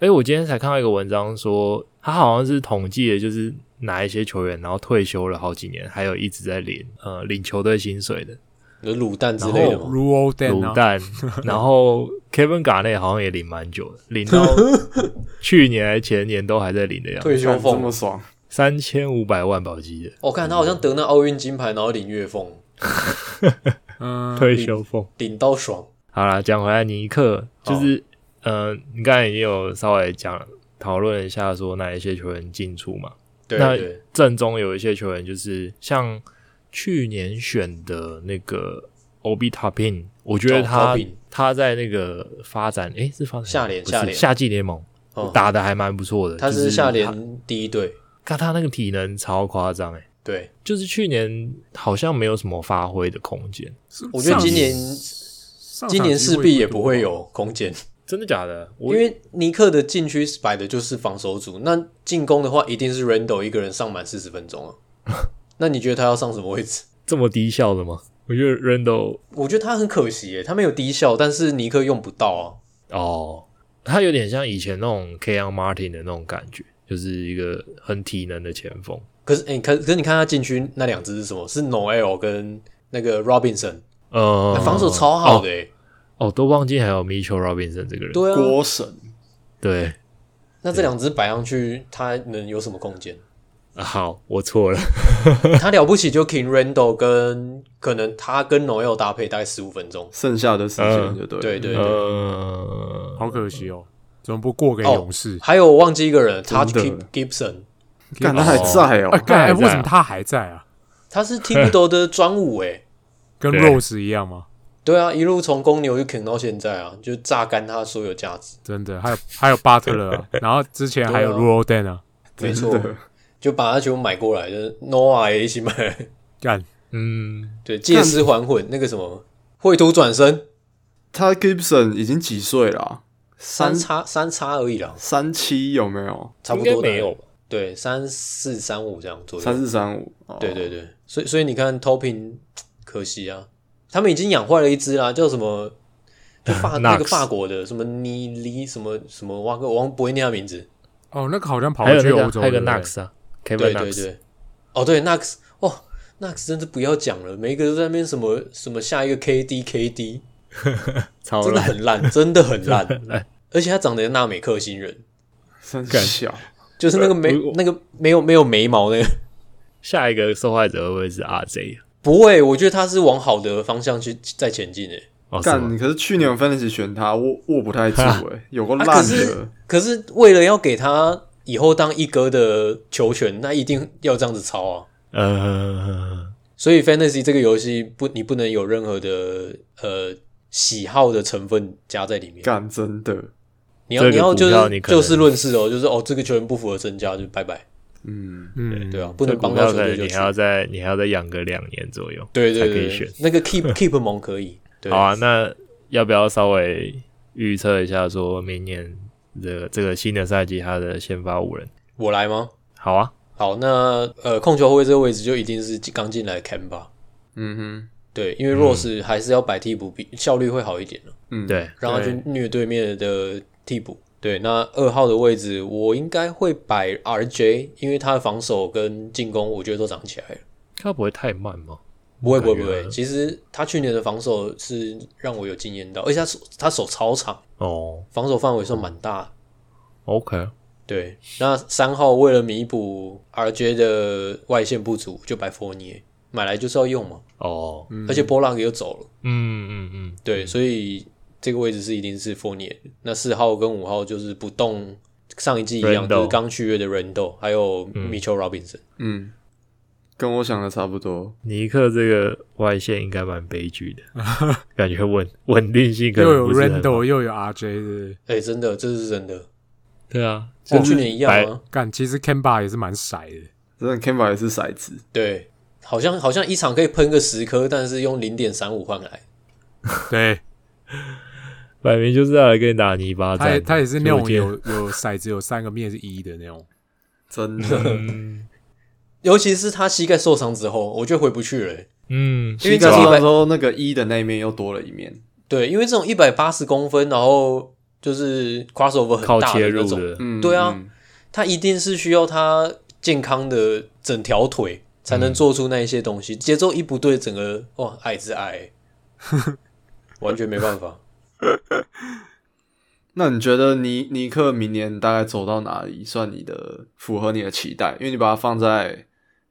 S2: 哎，我今天才看到一个文章说，他好像是统计的，就是哪一些球员然后退休了好几年，还有一直在领呃领球队薪水的
S3: 有卤蛋之类的吗？
S5: 如欧蛋
S2: 卤
S5: 啊，
S2: 蛋，然后 Kevin 嘎内好像也领蛮久的，领到 [laughs] 去年还前年都还在领的样子，
S3: 退休
S4: 干这
S3: 风
S4: 么，爽，
S2: 三千五百万保级的。
S3: 我、哦看他好像得那奥运金牌，然后领月俸，
S5: 嗯，
S2: 退休风。
S3: 领到爽。
S2: 好啦，讲回来，尼克就是，呃，你刚才也有稍微讲讨论一下，说哪一些球员进出嘛？
S3: 对
S2: 那
S3: 对，
S2: 阵中有一些球员就是像去年选的那个 OB Topin，我觉得
S3: 哦
S2: 他
S3: ，Toppin
S2: 他在那个发展，诶、是发展
S3: 下联
S2: 不是
S3: 下联
S2: 夏季联盟、
S3: 哦
S2: 打的还蛮不错的，
S3: 他
S2: 就是
S3: 下
S2: 他，
S3: 联第一队，
S2: 看他那个体能超夸张诶。
S3: 对
S2: 就是去年好像没有什么发挥的空间，
S5: 是
S3: 我觉得今年
S5: 上
S3: 今年势
S5: 上场机会
S3: 必也不
S5: 多啊
S3: 会有空间，
S2: 真的假的？
S3: 因
S2: 我
S3: 为尼克的禁区摆的就是防守组，那进攻的话一定是 Randall 一个人上满四十分
S2: [laughs]
S3: 钟啊。那你觉得他要上什么位置？
S2: 这么低效的吗？我觉得 Randall
S3: 我觉得他很可惜耶，他没有低效，但是尼克用不到啊。
S2: 哦，他有点像以前那种 K L Martin 的那种感觉，就是一个很体能的前锋。
S3: 可是，哎、可可是你看他禁区那两只是什么？是 Noel 跟那个 Robinson，、
S2: 呃
S3: 哎，防守超好的、欸
S2: 哦，都忘记还有 Mitchell Robinson 这个人。
S3: 对啊，
S4: 郭神，
S2: 对
S3: 那这两只摆上去，他能有什么空间？ [laughs]
S2: 啊好，我错了。
S3: 他了不起就 King Randall 跟可能他跟 Noel 搭配大概十五分钟。
S4: 剩下的时间就对了，
S3: 对对对，
S2: 呃，
S5: 好可惜哦，怎么不过给
S3: 哦
S5: 勇士？
S3: 还有我忘记一个人
S4: 真的
S3: ，Touch Gib- Gibson，
S4: 干他还在哦
S5: 哎，，干，哎
S2: 还在啊
S5: 为什么他还在啊？
S3: 他是 Thibodeau 的专武哎、
S5: 跟
S2: 对
S5: Rose 一样吗？
S2: [laughs]
S3: 对啊，一路从公牛就啃到现在啊，就榨干他所有价值。
S5: 真的，还有还有巴特勒
S2: [laughs]
S5: 啊，然后之前还有
S3: 对啊
S5: r o l d a n 啊，
S3: 没
S4: 真
S3: 错，
S4: 的
S3: 就把他全部买过来，就是 Noah 也一起买。 [laughs]
S5: 干
S2: 嗯，
S3: 对，借尸还魂那个什么，绘图转身，
S4: 他 Gibson 已经几岁了啊？
S3: 三
S4: 三
S3: 叉三叉而已啦，
S4: 三七有没有？
S3: 差不
S2: 应
S3: 多
S2: 该
S3: 的
S2: 没有吧？
S3: 对，三四三五这样左右。
S4: 三四三五，哦
S3: 对对对，所以所以你看 Topping，可惜啊，他们已经养坏了一只啦，叫什么？就法那个
S2: Knox
S3: 法国的什么尼里什么什么哇哥，我忘不会念他名字。
S5: 哦，那个好像跑
S2: 还有
S5: 去
S2: 那
S5: 欧
S2: 个
S5: 洲，
S2: 还有个
S5: 对不对
S2: Knox 啊，Kevin
S3: 对对
S2: Knox。
S3: 对，哦对 Knox，哦 Knox 真是不要讲了，每一个都在那边什么什么下一个 KD KD，
S2: 超
S3: 真的
S2: 烂，
S3: 很烂，真的很烂，
S2: 烂
S3: 而且他长得像纳美克星人。
S4: 三小
S3: 就是那个没
S2: 我
S3: 那个没有没有眉毛那个，
S2: 下一个受害者会不会是 RJ？
S3: 不会，我觉得他是往好的方向去再前进欸诶。
S2: 哦，是吗
S4: 干，可是去年 Fantasy 选他握握不太住哎，有个
S3: 啊可
S4: 烂
S3: 是
S4: 的，
S3: 可是为了要给他以后当一哥的球权，那一定要这样子操啊。
S2: 呃，
S3: 所以 fantasy 这个游戏不，你不能有任何的呃喜好的成分加在里面。
S4: 干真的，
S3: 你要
S2: 这个
S3: 你要就
S2: 股票
S3: 是
S2: 你可能
S3: 就事论事哦，就是哦这个球员不符合身价就拜拜，
S4: 嗯，
S5: 嗯，
S3: 对啊，，不
S2: 这
S3: 能
S2: 股
S3: 帮到
S2: 票
S3: 球
S2: 可
S3: 队
S2: 能
S3: 就
S2: 你
S3: 去
S2: 还。要再你还要再养个两年左右。
S3: 对对
S2: 才可以
S3: 对对
S2: 选，
S3: 那个
S2: [laughs]
S3: keep keep 盟可以。对
S2: 好，啊，那要不要稍微预测一下，说明年的这个新的赛季他的先发五人？
S3: 我来吗？
S2: 好啊，
S3: 好，那呃控球后卫这个位置就一定是刚进来的 Cam 吧。
S4: 嗯
S3: 对，因为 Rose 还是要摆替补，比效率会好一点啊了，
S4: 哼，嗯，，
S2: 对，
S3: 让他去虐对面的替补。对，那二号的位置我应该会摆 RJ，因为他的防守跟进攻我觉得都长起来了。
S2: 他不会太慢吗？
S3: 不会
S2: 感
S3: 不会
S2: 觉啊
S3: 不会，其实他去年的防守是让我有经验到，而且他手他手超长，
S2: 哦
S3: 防守范围算蛮大的。
S2: 嗯，OK，
S3: 对，那三号为了弥补 RJ 的外线不足，就摆 Fournier，买来就是要用嘛，
S2: 哦，嗯
S3: 而且波浪又走了。
S2: 嗯嗯，
S3: 对，所以这个位置是一定是 Fournier。那四号跟五号就是不动，上一季一样，
S2: Randle 嗯
S3: 就是刚续约的 Randall，还有 Mitchell Robinson。
S4: 嗯，跟我想的差不多。
S2: 尼克这个外线应该蛮悲剧的， [laughs] 感觉稳稳定性可
S5: 又
S2: 能
S5: 有
S2: 不是很好
S5: Randall 又有 RJ 的，
S3: 哎、真的，这是真的，
S2: 对啊，
S3: 跟
S2: 就是
S3: 去年一样
S2: 白
S3: 啊。
S5: 干其实 Kemba 也是蛮傻
S2: [laughs]
S5: 的，
S4: 真的 Canva 也是骰子，
S3: 对，好像好像一场可以喷个十颗，但是用零点三五换来。
S5: 对
S2: 摆明就是要来跟你打泥巴
S5: 他也
S2: 战。
S5: 他也是那
S2: 所以我
S5: 种
S2: 觉得
S5: 有有 [laughs] 骰子有三个面是一的那种，
S4: 真的。
S2: 嗯
S3: 尤其是他膝盖受伤之后，我就回不去了欸、
S2: 嗯，
S3: [laughs] 因
S4: 膝
S3: 为
S4: 盖
S3: 这
S4: 受
S3: 一
S4: 伤
S3: 百
S4: 之后，那个一的那一面又多了一面。
S3: 对，因为这种一百八十公分，然后就是 crossover 很
S2: 靠
S3: 大
S2: 切
S3: 的那
S2: 入
S3: 种，
S2: 的，
S4: 嗯，
S3: 对啊
S4: 嗯
S3: 他一定是需要他健康的整条腿才能做出那一些东西。节奏一不对，整个哇矮是矮
S4: [laughs]
S3: 欸，完全没办法。
S4: 那你觉得尼尼克明年大概走到哪里算你的符合你的期待？因为你把它放在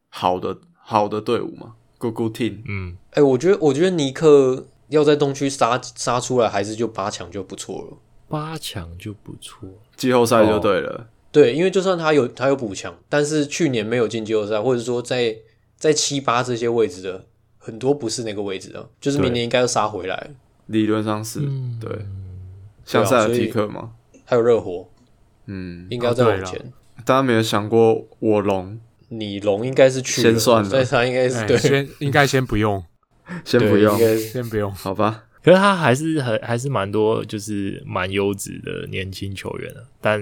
S4: 好的好的队伍嘛，Good Good Team。
S2: 嗯，
S3: 哎、我觉得我觉得尼克要在东区杀杀出来，还是就八强就不错了。
S2: 八强就不错。
S4: 季后赛
S3: 哦
S4: 就对了。
S3: 对，因为就算他有他有补强，但是去年没有进季后赛，或者说在在七八这些位置的很多不是那个位置的，就是明年应该要杀回来。
S4: 理论上是、
S2: 嗯
S4: 对，像塞尔
S3: 啊所以
S4: 提克嘛，
S3: 还有热火
S4: 嗯，
S3: 应该要再往前，
S4: 大家没有想过我龙，
S3: 你龙应该是去
S4: 先算了
S3: 但是他应该是、
S5: 哎
S3: 对，
S5: 先应该先不用，
S4: 先不
S3: 对
S4: 用
S3: 应，该是
S5: 先不用，
S4: 好吧？
S2: 可是他还是很还是蛮多，就是蛮优质的年轻球员的、啊但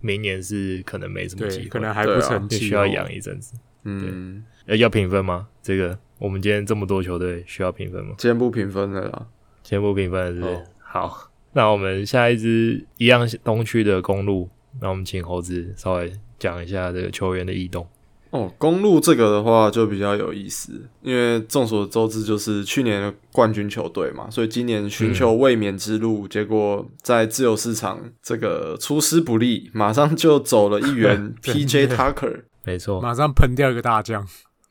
S2: 明年是可能没什么机
S5: 对，
S2: 会，
S5: 可能还
S4: 对
S5: 不
S4: 啊
S5: 成
S2: 就
S5: 器，哦
S2: 需要养。一阵子。
S4: 嗯，
S2: 呃，要评分吗？这个我们今天这么多球队需要评分吗？
S4: 今天不评分了啦。
S2: 先不评分了是不是
S3: 哦
S2: 好，那我们下一支一样东区的公路，那我们请猴子稍微讲一下这个球员的异动。
S4: 哦，公路这个的话就比较有意思，因为众所周知就是去年的冠军球队嘛，所以今年寻求卫冕之路，结果在自由市场这个出师不利，马上就走了一员 PJ Tucker。
S2: 没错，
S5: 马上喷掉一个大将，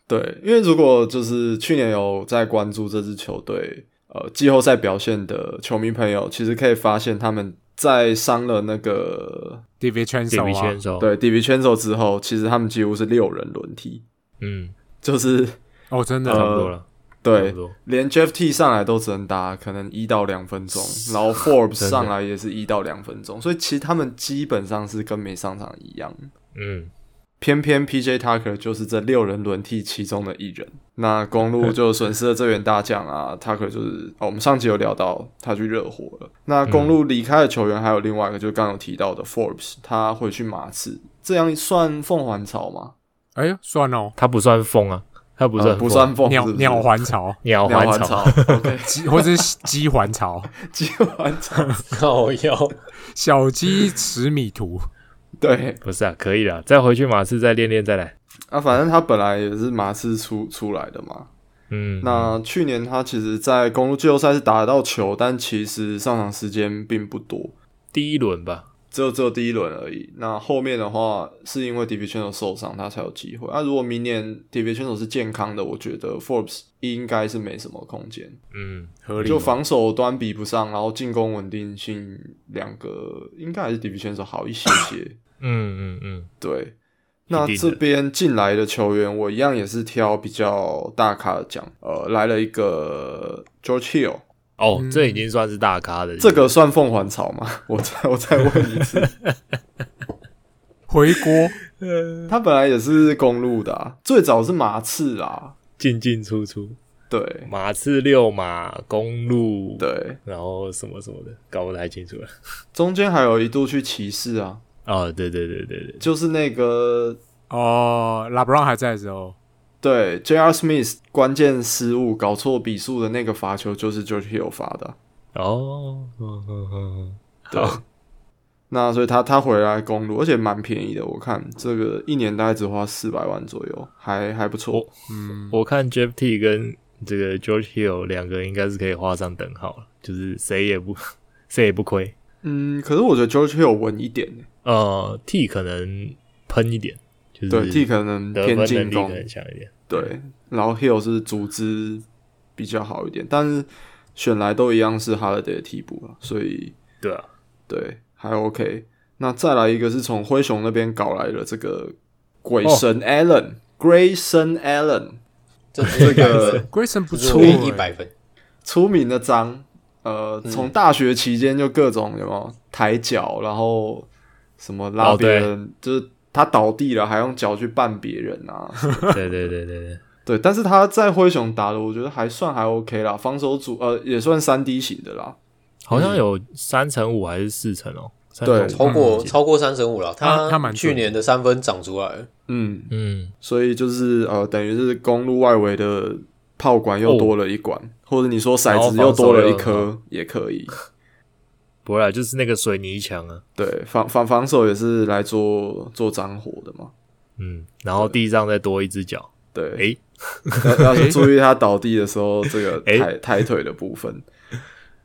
S4: 对，因为如果就是去年有在关注这支球队呃季后赛表现的球迷朋友，其实可以发现他们在伤了那个
S5: d i v i c h e n z
S2: 这
S5: o
S2: 笔
S5: 啊
S2: 签，手，
S4: 对 d i v i c e n z o 之后，其实他们几乎是六人轮替，
S2: 嗯，
S4: 就是
S5: 哦，真
S2: 差
S5: 的，
S2: 不多了，差
S4: 呃对
S2: 不，多，
S4: 连 Jeff T 上来都只能打可能一到两分钟，然后 Forbes
S2: 啊真的
S4: 上来也是一到两分钟，所以其实他们基本上是跟没上场一样。
S2: 嗯，
S4: 偏偏 PJ Tucker 就是这六人轮替其中的一人，那公路就损失了这员大将啊。Tucker [laughs] 就是哦，我们上集有聊到他去热火了。那公路离开的球员还有另外一个，就是刚刚有提到的 Forbes，他回去马刺，这样算凤凰巢吗？
S5: 哎呦，算哦，
S2: 他不算疯啊，他不算
S4: 呃不
S2: 疯
S4: 算凤，
S5: 鸟
S4: 是不是
S5: 鸟还巢，
S2: 鸟
S4: 鸟
S2: 还
S4: 还
S2: 巢
S4: 巢，，OK， [laughs]
S5: 鸡或者是鸡还巢，
S4: 鸡还巢，
S3: 靠腰，
S5: 小鸡吃米图，
S4: 对。
S2: 不是啊，可以了，再回去马刺再练练再来。
S4: 啊，反正他本来也是马刺出出来的嘛。
S2: 嗯，
S4: 那去年他其实，在公路季后赛是打得到球，但其实上场时间并不多，
S2: 第一轮吧，
S4: 只有只有第一轮而已。那后面的话，是因为 d i v i c e n o 受伤，他才有机会。那、啊如果明年 d i v i c e n o 是健康的，我觉得 Forbes 应该是没什么空间，
S2: 嗯，
S5: 合理
S4: 就防守端比不上，然后进攻稳定性两个应该还是 d i v i c e n o 好一些些。
S2: 嗯嗯嗯，
S4: 对，
S2: 一
S4: 那
S2: 定的
S4: 这边进来的球员，我一样也是挑比较大咖的讲。呃，来了一个 George Hill，
S2: 哦，
S5: 嗯
S2: 这已经算是大咖的
S4: 这个算凤凰巢吗？ [laughs] 我再我再问一
S2: [laughs]
S4: 次，
S5: 回锅，
S4: 他本来也是公路的、啊，最早是马刺啦，
S2: 进进出出，
S4: 对
S2: 马刺六马公路，
S4: 对，
S2: 然后什么什么的，搞不太清楚了。
S4: 中间还有一度去骑士啊，
S2: 哦，对对对对对，
S4: 就是那个
S5: 哦，拉布朗还在的时候，
S4: 对 J.R. Smith 关键失误搞错比数的那个罚球，就是 George Hill 罚的啊、
S2: 哦，嗯嗯嗯，
S4: 对，那所以他他回来公路，而且蛮便宜的，我看这个一年大概只花四百万左右，还还不错。
S2: 哦嗯我看 Jeff T 跟这个 George Hill 两个应该是可以画上等号了，就是谁也不谁也不亏。
S4: 嗯，可是我觉得 George Hill 稳一点耶，
S2: 呃，T 可能喷一点，就是
S4: 对 T 可能
S2: 嗯得分
S4: 偏
S2: 能
S4: 进
S2: 力
S4: 攻
S2: 可，能强一点。
S4: 对，然后 Hill 是组织比较好一点，但是选来都一样是 Holiday 的替补了，所以
S2: 对啊，
S4: 对还
S2: 哦
S4: OK。那再来一个是从灰熊那边搞来的这个鬼神 Allen、 Grayson Allen
S3: 这这
S4: 这个
S3: [laughs] 个
S5: Grayson 不错、
S3: 一
S5: 欸，
S3: 百分，
S4: 出名的脏，呃，
S2: 嗯
S4: 从大学期间就各种有没有抬脚，然后什么拉
S2: 哦
S4: 别
S2: 对
S4: 人，就是他倒地了还用脚去绊别人啊， [laughs]
S2: 对对对对对，
S4: 对，但是他在灰熊打的，我觉得还算还 OK 啦，防守组呃也算三 D 型的啦，
S2: 好像有三乘五还是四乘哦，三
S4: 对
S2: 乘五
S3: 超过
S2: 嗯
S3: 超过三成五了。
S5: 他他蛮准的
S3: 去年的三分长出来了，
S4: 嗯，
S2: 嗯，
S4: 所以就是呃等于是公路外围的炮管又多了一管，或者你说骰子
S2: 哦然后
S4: 又
S2: 防守
S4: 多了一
S2: 又嗯很
S4: 颗也可以，
S2: 不会啦，就是那个水泥墙啊，
S4: 对，防防防守也是来做做脏活的嘛，
S2: 嗯，然后地上再多一只脚，
S4: 对，
S2: 诶，
S4: 要要去注意他倒地的时候这个
S2: 哎
S4: 抬、抬腿的部分。
S2: 嗯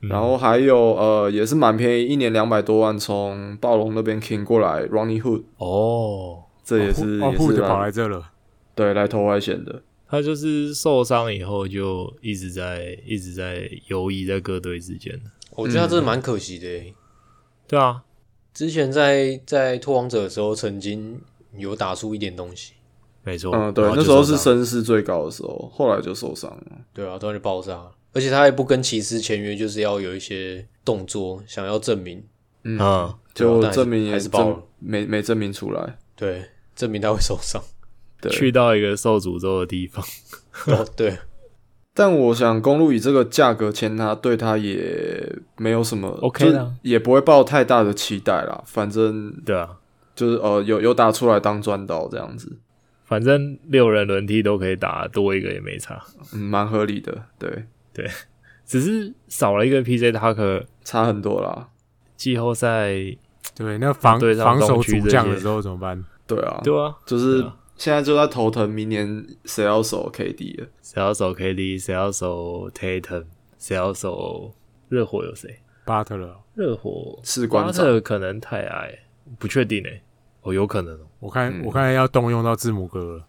S4: 然后还有呃，也是蛮便宜，一年两百多万从暴龙那边 king 过来，Ronnie Hood，
S2: 哦，
S4: 这也是、
S5: 哦
S4: 也
S5: ，Hood
S4: 是
S5: 跑
S4: 来
S5: 来这了，
S4: 对来投外线的，
S2: 他就是受伤以后就一直在一直在游移在各队之间。
S3: 我觉得他
S5: 嗯
S3: 真的蛮可惜的欸。
S2: 对啊，
S3: 之前在在拓荒者的时候，曾经有打出一点东西，
S2: 没错。
S4: 嗯，对，
S2: 哦然后
S4: 那
S2: 就
S4: 时候是
S2: 受伤
S4: 绅士最高的时候，后来就受伤了，
S3: 对啊，突然就爆炸了，而且他也不跟骑士签约，就是要有一些动作，想要证明，
S2: 嗯，
S4: 就
S3: 但还是
S4: 证明也
S3: 还是爆
S4: 证
S3: 了，
S4: 没没证明出来，
S3: 对，证明他会受伤。
S4: 对，
S2: 去到一个受诅咒的地方。
S3: 哦，
S5: [laughs]
S3: 对，
S4: 但我想公路以这个价格签他，对他也没有什么
S2: OK
S4: 就是
S2: 啦
S4: 也不会抱太大的期待啦，反正
S2: 对啊，
S4: 就是呃有有打出来当赚到这样子，
S2: 反正六人轮替都可以打，多一个也没差，
S4: 嗯，蛮合理的，对，
S2: 只是少了一个 PJ Tucker，
S4: 差很多啦，
S2: 季后赛
S5: 对，那防
S2: 对上
S5: 防守
S2: 东区
S5: 主
S2: 这
S5: 将
S2: 些
S5: 的时候怎么办？
S4: 对啊，
S2: 对啊，
S4: 就是
S2: 对啊
S4: 现在就在头疼明年谁要守 KD 了，
S2: 谁要守 KD，谁要守 Tatum，谁要守热火有谁？
S5: 巴特勒，
S2: 热火
S4: 士官长
S2: 巴特可能太矮，不确定诶、哦，有可能哦。
S5: 我看、
S4: 嗯
S5: 我看要动用到字母哥了，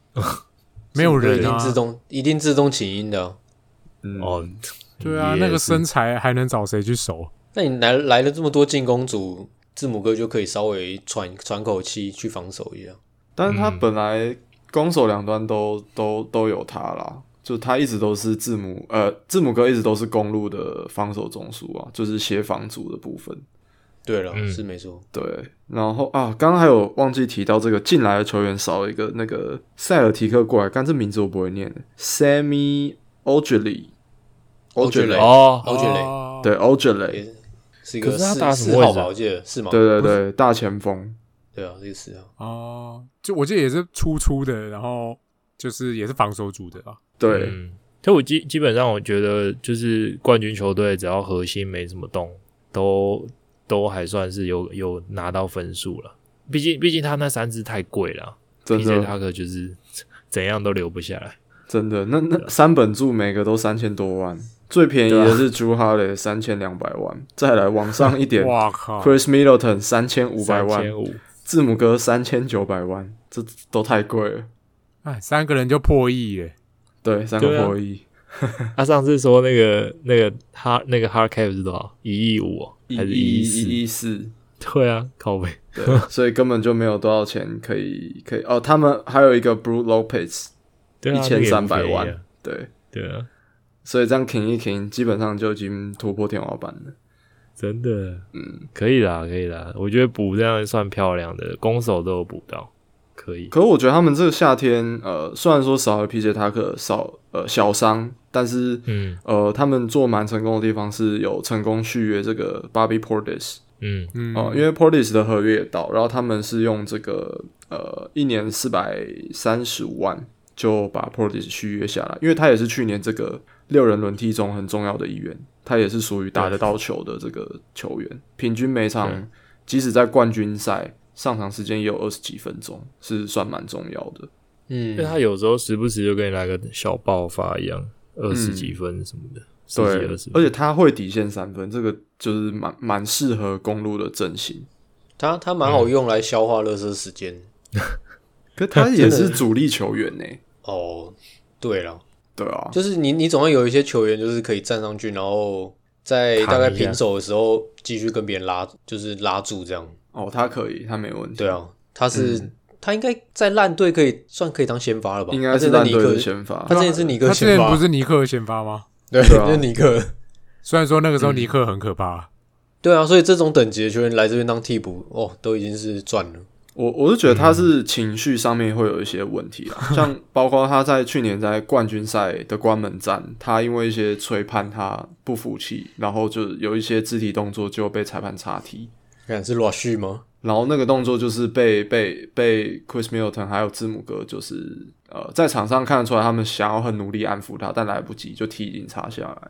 S5: 没有
S3: 一
S5: 人
S3: 定
S5: 啊，
S3: 自动一定自动起音的啊。
S4: 嗯，
S2: 哦，
S5: 对啊，
S2: 也
S5: 那个
S2: 是
S5: 身材还能找谁去守？
S3: 那你来来了这么多进攻组，字母哥就可以稍微喘喘口气去防守一样。
S4: 但是他
S2: 嗯
S4: 本来攻守两端都都都有他啦。就他一直都是字母，呃，字母哥一直都是公路的防守中枢啊，就是协防组的部分。
S3: 对了，
S2: 嗯
S3: 是没错，
S4: 对，然后啊，刚刚还有忘记提到这个进来的球员少了一个那个塞尔提克过来，但这名字我不会念，Sammy o g i l y o g i
S3: Ogilvy
S4: l y
S2: 哦，
S3: 欧俊磊
S5: 哦，
S4: 对 o g i l y
S3: 是一个
S2: 可是他
S3: 四
S2: 打什么
S3: 四
S2: 位
S3: 号
S2: 置啊
S3: 吧？我记得是吗？
S4: 对对对，大前锋，
S3: 对啊，这个四号。
S5: 哦，就我记得也是粗粗的，然后就是也是防守组的啊。
S4: 对，
S2: 嗯，可我基基本上我觉得就是冠军球队只要核心没什么动，都都还算是有有拿到分数了。毕竟毕竟他那三支太贵了
S4: 真
S2: ，PJ
S4: 的
S2: 塔克就是怎样都留不下来。
S4: 真的，那那三本柱每个都三千多万，最便宜的是朱哈雷三千两百万，再来往上一点
S5: 哇靠！
S4: ，Chris Middleton 三千五百万，
S2: 五，
S4: 字母哥三千九百万，这都太贵了，
S5: 哎，三个人就破亿了。
S4: 对，三个
S2: 对啊
S4: 破亿，
S2: 他啊上次说那个那个哈那个 hard cap 是多少？一亿五哦
S4: 一
S2: 还是
S4: 一
S2: 亿四？
S4: 一一四。
S2: 对啊，靠背。
S4: 对， [laughs] 所以根本就没有多少钱可以可以哦。他们还有一个 Blue Lopez，
S2: 对啊，
S4: 1300
S2: 那个也不便宜啊
S4: 万。对，
S2: 对啊，
S4: 所以这样停一停，基本上就已经突破天花板了。
S2: 真的，嗯，可以啦，可以啦。我觉得补这样算漂亮的，攻守都有补到，可以。
S4: 可我觉得他们这个夏天，呃，虽然说少了 PJ 塔克，少呃小伤，但是
S2: 嗯
S4: 呃，他们做蛮成功的地方是有成功续约这个 Bobby Portis
S2: 嗯
S5: 嗯，
S4: 哦、因为 Portis 的合约也到，然后他们是用这个呃一年四百三十五万就把 Portis 续约下来，因为他也是去年这个六人轮替中很重要的一员，他也是属于打得到球的这个球员，平均每
S2: 对
S4: 场即使在冠军赛上场时间也有二十几分钟，是算蛮重要的。
S3: 嗯
S2: 因为，他有时候时不时就给你来个小爆发一样，二十几分什么的，十几
S4: 对
S2: 二十，，
S4: 而且他会底线三分，这个就是蛮蛮适合公路的阵型。
S3: 他他
S2: 嗯
S3: 蛮好用来消化热身时间。
S4: 可他也是主力球员呢、
S3: 哦，对了，
S4: 对啊，
S3: 就是你你总要有一些球员就是可以站上去，然后在大概
S2: 扛一下
S3: 平手的时候继续跟别人拉，就是拉住这样。
S2: 啊
S4: 哦，他可以，他没问题。
S2: 嗯
S3: 对啊，他是他应该在烂队可以算可以当先发了吧？
S4: 应该
S3: 是
S4: 是
S3: 在
S4: 烂
S3: 尼
S4: 队
S3: 克
S4: 的，先发
S3: 他。之前是尼克
S5: 他之
S3: 先
S5: 前
S3: 发，
S5: 不是尼克先发吗？
S3: 对，
S4: 对啊
S3: 就是尼克。
S5: 虽然说那个时候尼克很可怕，
S3: 对啊，所以这种等级的球员来这边当替补，哦，都已经是赚了。
S4: 我我是觉得他是情绪上面会有一些
S3: [laughs]
S4: 问题啊，像包括他在去年在冠军赛的关门战，他因为一些吹判他不服气，然后就有一些肢体动作就被裁判擦踢，
S3: 看是 Rush 吗？
S4: 然后那个动作就是被被被 Chris Middleton 还有字母哥，就是呃在场上看得出来他们想要很努力安抚他，但来不及，就踢已经插下来。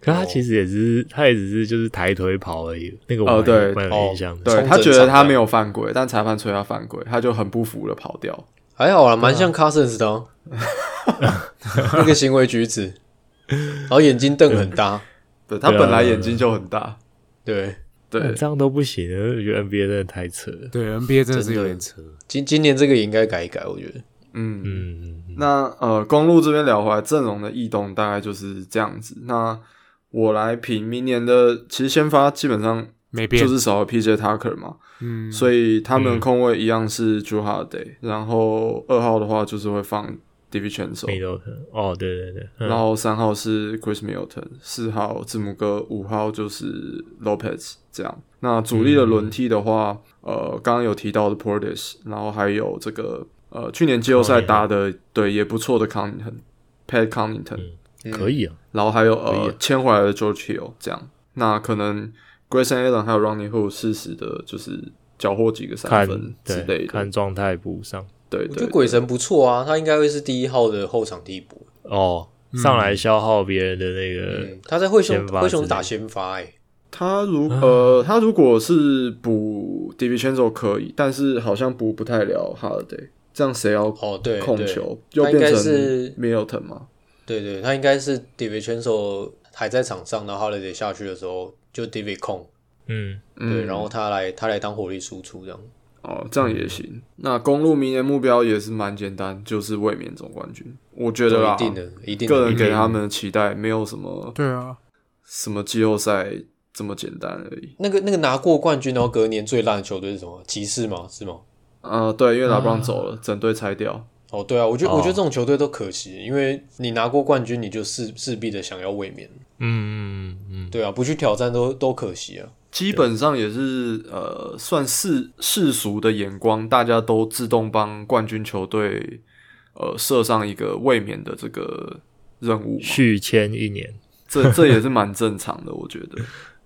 S2: 可他其实也只是，他也只是就是抬腿跑而已。那个我
S4: 哦
S2: 蛮有
S4: 对
S2: 蛮有印象的。
S4: 对
S3: 冲
S4: 他
S3: 整
S4: 觉得
S3: 场
S4: 他
S3: 上
S4: 没有犯规，但裁判吹他犯规，他就很不服的跑掉。
S3: 还好啦，蛮像 Cousins 的、啊， [laughs] 那个行为举止，然后眼睛瞪很大，
S4: 对他
S2: 对啊
S4: 本来眼睛就很大，
S3: 对，
S4: 对啊
S2: 这样都不行，我觉得 NBA 真的太扯了。
S5: 对 NBA 真的是
S3: 真
S5: 有点
S3: 的
S5: 扯。
S3: 今今年这个也应该改一改，我觉得。
S4: 嗯
S2: 嗯，嗯
S4: 那呃，公路这边聊回来，阵容的异动大概就是这样子。那我来评明年的，其实先发基本上
S5: 没变，
S4: 就是少了 PJ Tucker 嘛，
S5: 嗯，
S4: 所以他们
S2: 嗯
S4: 空位一样是 Drew Holiday，、然后二号的话就是会放 Divincenzo，、
S2: Middleton，哦，对对对，嗯
S4: 然后三号是 Chris Middleton，四号字母哥，五号就是 Lopez 这样。那主力的轮替的话，
S2: 嗯
S4: 呃，刚刚有提到的 Portis，然后还有这个呃去年季后赛
S2: Connaughton
S4: 打的对也不错的 Connington。Pat Connington，、
S2: 可以啊，
S4: 然后还有
S2: 可以
S4: 呃
S2: 啊
S4: 签回来的 George Hill 这样，那可能 Grayson Allen 还有 Ronnie Hood 适时的就是缴获几个三
S2: 看
S4: 分之类
S2: 对看
S4: 的，
S2: 状态补上
S4: 对
S3: 我觉得
S4: 对
S3: 鬼
S4: 对，
S3: 神不错啊，他应该会是第一号的后场替补。
S2: 哦，上来消耗别人的那个
S3: 嗯，他在灰熊
S2: 先发
S3: 灰熊
S2: 之类
S3: 打先发、欸，
S4: 他如
S3: 啊
S4: 呃他如果是补 Divincenzo 可以，但是好像补不太了 Holiday，这样谁要
S3: 哦对
S4: 控
S3: 对
S4: 球？又
S3: 他应
S4: 变
S3: 该
S4: 成
S3: 是
S4: Middleton 吗？
S3: 对对，他应该是 David Chenso 还在场上，然后 Holiday 下去的时候就 David 控，
S2: 嗯，
S3: 对，
S4: 嗯
S3: 然后他来他来当火力输出这样。
S4: 哦，这样也行。那公路明年目标也是蛮简单，就是卫冕总冠军。我觉得啦，
S3: 一定的，一定的。
S4: 个人给他们的期待没有什么
S5: 对啊，
S4: 什么季后赛这么简单而已。
S3: 那个那个拿过冠军，然后隔年最烂的球队是什么？骑士吗？是吗？
S4: 呃，对，
S3: 啊
S4: 因为拉布朗走了，整队拆掉。
S3: 哦，对啊，我觉得、
S2: 哦
S3: 我觉得这种球队都可惜，因为你拿过冠军，你就势势必的想要卫冕，
S2: 嗯嗯嗯，
S3: 对啊，不去挑战都都可惜啊。
S4: 基本上也是呃，算世世俗的眼光，大家都自动帮冠军球队呃设上一个卫冕的这个任务嘛，
S2: 续签一年，
S4: 这这也是蛮正常的，我觉
S5: [laughs]
S4: 得。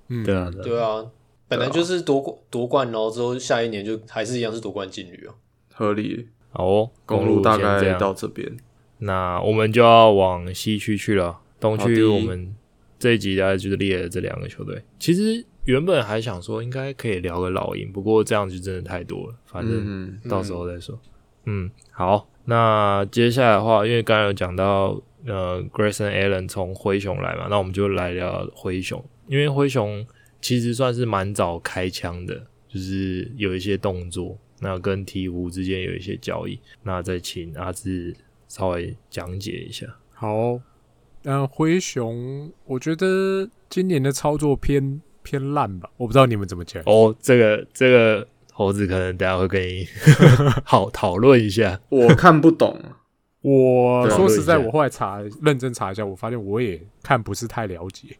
S5: 嗯，
S2: 对啊，对啊，
S3: 对啊，本来就是夺冠夺冠，然后之后下一年就还是一样是夺冠劲旅啊。
S4: 合理，
S2: 好哦，
S4: 公
S2: 路
S4: 路大
S2: 先这
S4: 概
S2: 样
S4: 到这边，
S2: 那我们就要往西区去了。东
S4: 好
S2: 区
S4: 的
S2: 我们这一集大概就是列了这两个球队。其实原本还想说应该可以聊个老鹰，不过这样就真的太多了，反正
S4: 嗯，
S2: 到时候再说。嗯，好，那接下来的话，因为刚刚有讲到呃，Grayson Allen 从灰熊来嘛，那我们就来聊灰熊，因为灰熊其实算是蛮早开枪的，就是有一些动作，那跟鹈鹕之间有一些交易，那再请阿志稍微讲解一下。
S5: 好哦、嗯，灰熊，我觉得今年的操作偏偏烂吧，我不知道你们怎么讲。
S2: 哦，这个这个猴子可能等下会跟你 [laughs] 好讨论一下。
S4: 我看不懂，啊
S5: [laughs] 我
S4: 对
S5: 说实在，
S2: 对
S5: 我后来查，认真查一下，我发现我也看不是太了解。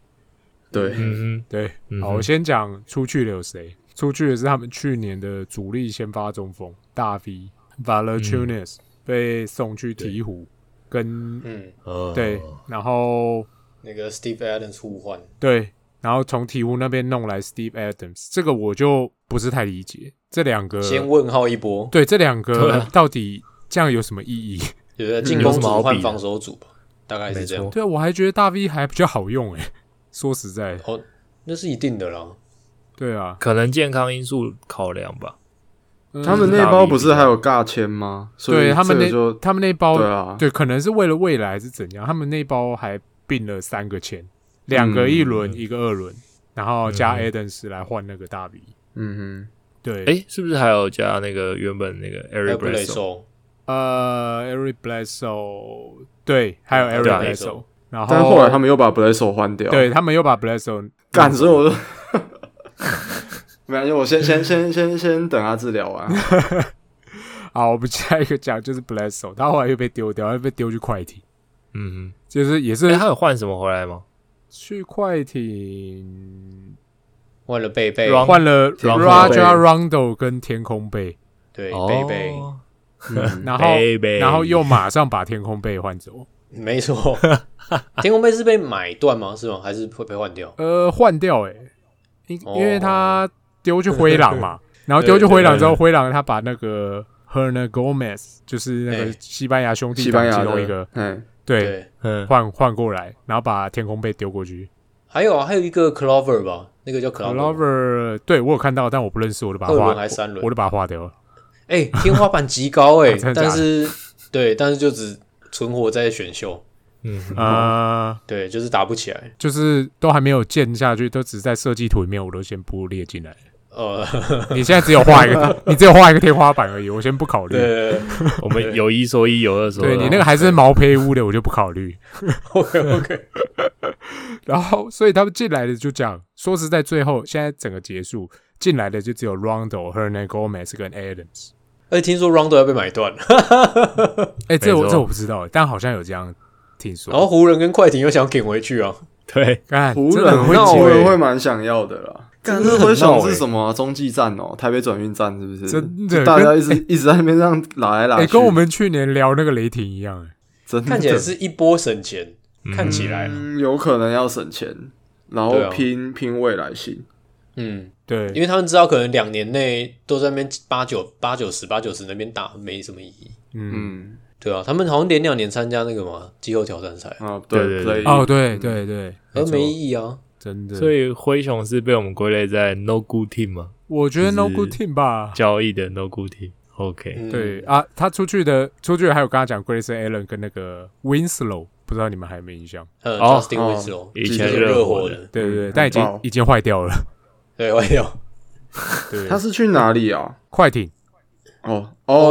S4: 对，
S2: 嗯
S5: 对，
S2: 哼，
S5: 好，
S2: 嗯
S5: 我
S2: 哼
S5: 先讲出去的有谁？出去的是他们去年的主力先发中锋大 V v a l e r t u n i s 被送去鹈鹕，跟
S3: 嗯，
S2: 呃
S5: 对，然后
S3: 那个 Steve Adams 互换，
S5: 对，然后从鹈鹕那边弄来 Steve Adams，这个我就不是太理解。这两
S2: 呃
S5: 个
S3: 先问号一波，
S5: 对这两
S2: 对
S5: 个
S2: 啊
S5: 到底这样有什么意义？ [laughs]
S3: 对不对？进
S2: 嗯有
S3: 攻
S2: 什么好比
S3: 组换
S2: 的
S3: 防守组吧，大概是这
S2: 没
S3: 样。
S2: 错
S5: 对啊，我还觉得大 V 还比较好用诶、说实在，
S3: 哦，那是一定的啦。
S5: 对啊，
S2: 可能健康因素考量吧。
S5: 嗯
S4: 他们那包不是还有尬签吗？所以
S5: 对他们
S4: 这个
S5: 那
S4: 就
S5: 他们那包
S4: 对啊，
S5: 对，可能是为了未来还是怎样，他们那包还并了三个签，两个一
S4: 嗯
S5: 轮，一个二轮，然后加
S2: 嗯
S5: Adams 来换那个大 V。
S4: 嗯
S5: 对，
S2: 哎、是不是还有加那个原本那个 Eric
S3: 布雷
S2: Bledsoe？
S3: 受，
S5: 呃，Eric Bledsoe，对，还有
S2: 对
S5: Eric
S2: 啊
S5: Bledsoe，
S4: 哼，
S5: 然后
S4: 但后来他们又把 b l a s o 换掉，
S5: 对他们又把 Bledsoe
S4: 干，所以 [laughs] 我就 [laughs]
S5: [laughs]
S4: 没关系，我先先先先先等阿志聊完。
S5: 好，我们下一个讲就是 Blesso，他后来又被丢掉，又被丢去快艇，
S2: 嗯
S5: 就是也
S2: 哼，哎、
S5: 是
S2: 他有换什么回来吗？
S5: 去快艇
S3: 换了贝贝，
S2: Ron-
S5: 换了
S4: 天空
S5: Raja
S4: 贝
S5: Rondo 跟天空贝，
S3: 对贝贝，
S2: 哦
S4: 嗯
S5: 然后
S2: 贝贝
S5: 然后又马上把天空贝换走，
S3: 没
S5: [laughs]
S3: 错。天空贝是被买断吗？是吗？还是会被换掉？
S5: 呃，换掉哎、欸，因
S3: 哦
S5: 因为他丢去灰狼嘛，然后丢去灰狼之后，
S2: 对对
S5: 灰狼他把那个 Hernan Gomez，就是那个
S3: 哎
S5: 西班牙兄弟
S4: 西班牙
S5: 其中
S4: 的
S5: 一个，
S4: 嗯，
S5: 对，
S3: 对，
S2: 嗯，
S5: 换换过来，然后把天空贝丢过去。
S3: 还有啊，还有一个 Clover 吧，那个叫 Clover，
S5: Lover，对我有看到，但我不认识，我都把它
S3: 二
S5: 划
S3: 轮，还是三轮
S5: 我都把它划掉了。
S3: 哎、天花板极高哎、
S5: [laughs] 啊真的假的
S3: 但是对，但是就只存活在选秀，
S2: 嗯哼，
S5: 呃，
S3: 对，就是打不起来。
S5: 就是都还没有建下去，都只是在设计图里面，我都先不列进来。
S3: 呃，
S5: 你现在只有画一个，你只有画一个天花板而已，我先不考虑。
S3: 对 [laughs]
S2: 我们有一说一，有二说二。
S5: 对你那个还是毛坯屋的，我就不考虑。
S3: ，OK OK，
S5: 然后，所以他们进来的就这样。说实在，最后现在整个结束进来的就只有 Rondo、Hernan Gomez 跟 Adams。
S3: 而且听说 Rondo 要被买断了，
S5: [laughs] 哎、这
S2: 没
S5: 我
S2: 错
S5: 这我不知道，但好像有这样听说。
S3: 然后湖人跟快艇又想挺回去啊，
S2: [laughs]
S5: [laughs]
S2: 对，
S5: 干，
S4: 湖
S5: 真的
S4: 人
S5: 很会欸
S4: 那
S5: 接
S4: 我也会蛮想要的啦。但
S2: 的
S4: 是
S2: 很
S4: 我想
S2: 闹欸
S4: 是什么啊、中继站哦，台北转运站是不是？
S5: 真的
S4: 就大家
S5: 跟
S4: 一直一直在那边这样拉来拉
S5: 哎、
S4: 去，
S5: 跟我们去年聊那个雷霆一样、哎
S4: 真的
S3: 看起来是一波省钱，看起来，
S4: 嗯，有可能要省钱，然后
S3: 对啊
S4: 拼、拼未来性。
S3: 嗯，
S5: 对，
S3: 因为他们知道可能两年内都在那边八九八九十八九十那边打没什么意义，
S5: 嗯，
S4: 嗯
S3: 对啊，他们好像连两年参加那个嘛季后挑战
S2: 嗯
S3: 赛，
S4: 啊，
S2: 对对
S4: play-in
S5: 哦，对对对，
S3: 而
S5: 错
S3: 没意义啊，
S5: 真的。
S2: 所以灰熊是被我们归类在 no good team 吗？
S5: 我觉得
S2: 就是
S5: No Good Team 吧。
S2: 交易的 no good team。OK，
S3: 嗯
S5: 对啊，他出去的出去的还有刚刚讲 Grayson Allen 跟那个 Winslow，不知道你们还有没有印象？
S3: 呃
S2: 哦
S3: ，Justin
S4: 哦
S3: Winslow
S2: 以
S3: 之
S2: 前
S3: 前
S2: 热
S3: 热
S2: 火
S3: 火
S2: 的
S3: 的，
S5: 对对对，
S4: 嗯
S5: 但已
S4: 很
S5: 经
S4: 爆
S5: 已经坏掉了。
S3: 对，我也有， [laughs]
S5: 对，
S4: 他是去哪里啊？
S5: 快艇。
S4: 哦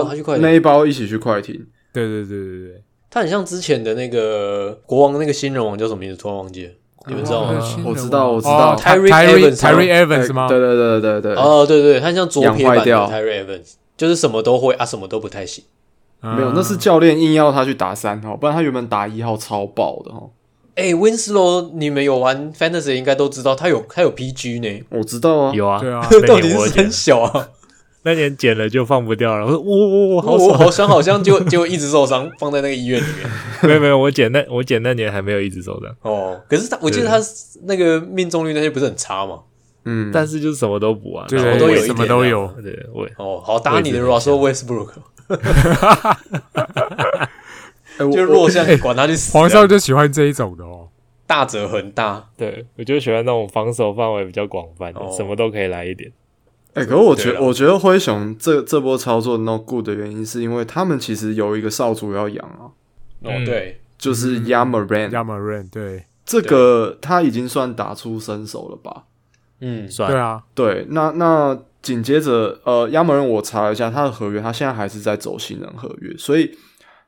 S3: 他去快艇
S4: 那一包一起去快艇。
S5: 对对对对对，
S3: 他很像之前的那个国王那个新人王叫什么名字？突然忘记了，你们知道
S5: 那
S3: 吗？
S5: 新人
S4: 我知道
S5: 王
S4: 我知道
S5: 哦 Ty-
S3: Tyrese
S5: Tyrese
S3: Evans 吗
S5: Tyrese
S4: 哎
S5: Evans 吗？
S4: 对对对对对，
S3: 哦，对对，他很像左撇
S4: 养
S3: 版
S4: 坏
S3: 的
S4: 掉
S3: Tyree Evans，就是什么都会啊，什么都不太行。
S5: 嗯
S4: 没有，那是教练硬要他去打三号，不然他原本打一号超爆的哦哈。
S3: 哎，Winslow，你们有玩 Fantasy 应该都知道，他有他有 PG 呢，
S4: 我知道啊，
S2: 有啊，
S5: 对啊
S2: 那
S3: 到底
S2: 年我
S3: 是
S2: 剪
S3: 很小啊。
S2: 那年剪了就放不掉了。我说，我我我好
S3: [laughs] 我
S2: 爽，
S3: 好像好像就就一直受伤，放在那个医院里面。
S2: 没有没有，我剪那我剪那年还没有一直受伤，
S3: 哦，可是他我记得他那个命中率那些不是很差嘛？
S4: 嗯，
S2: 但是就是什么都补啊，
S5: 对
S2: 然
S5: 对
S2: 后
S3: 都
S2: 我
S3: 有
S2: 也
S3: 一
S5: 什么
S3: 点
S5: 都
S3: 啊
S5: 有。
S2: 对我也
S3: 哦，好打你的 Russell Westbrook，
S4: 哎我
S3: 就弱项管他去死啊，
S5: 皇上就喜欢这一种的哦。
S3: 大折很大。
S2: 对我就喜欢那种防守范围比较广泛的，
S3: 哦
S2: 什么都可以来一点。
S4: 哎、可是我觉
S3: 对啊
S4: 我觉得灰熊这这波操作 no good 的原因，是因为他们其实有一个少主要养啊，
S3: 哦
S2: 嗯，
S3: 对，
S4: 就是 Yamaran，、
S5: 亚马润，对
S4: 这个他已经算打出身手了吧？
S3: 嗯，
S2: 算
S5: 对
S2: 了，
S5: 啊，
S4: 对，那那紧接着呃，Yamaran 我查了一下他的合约，他现在还是在走新人合约，所以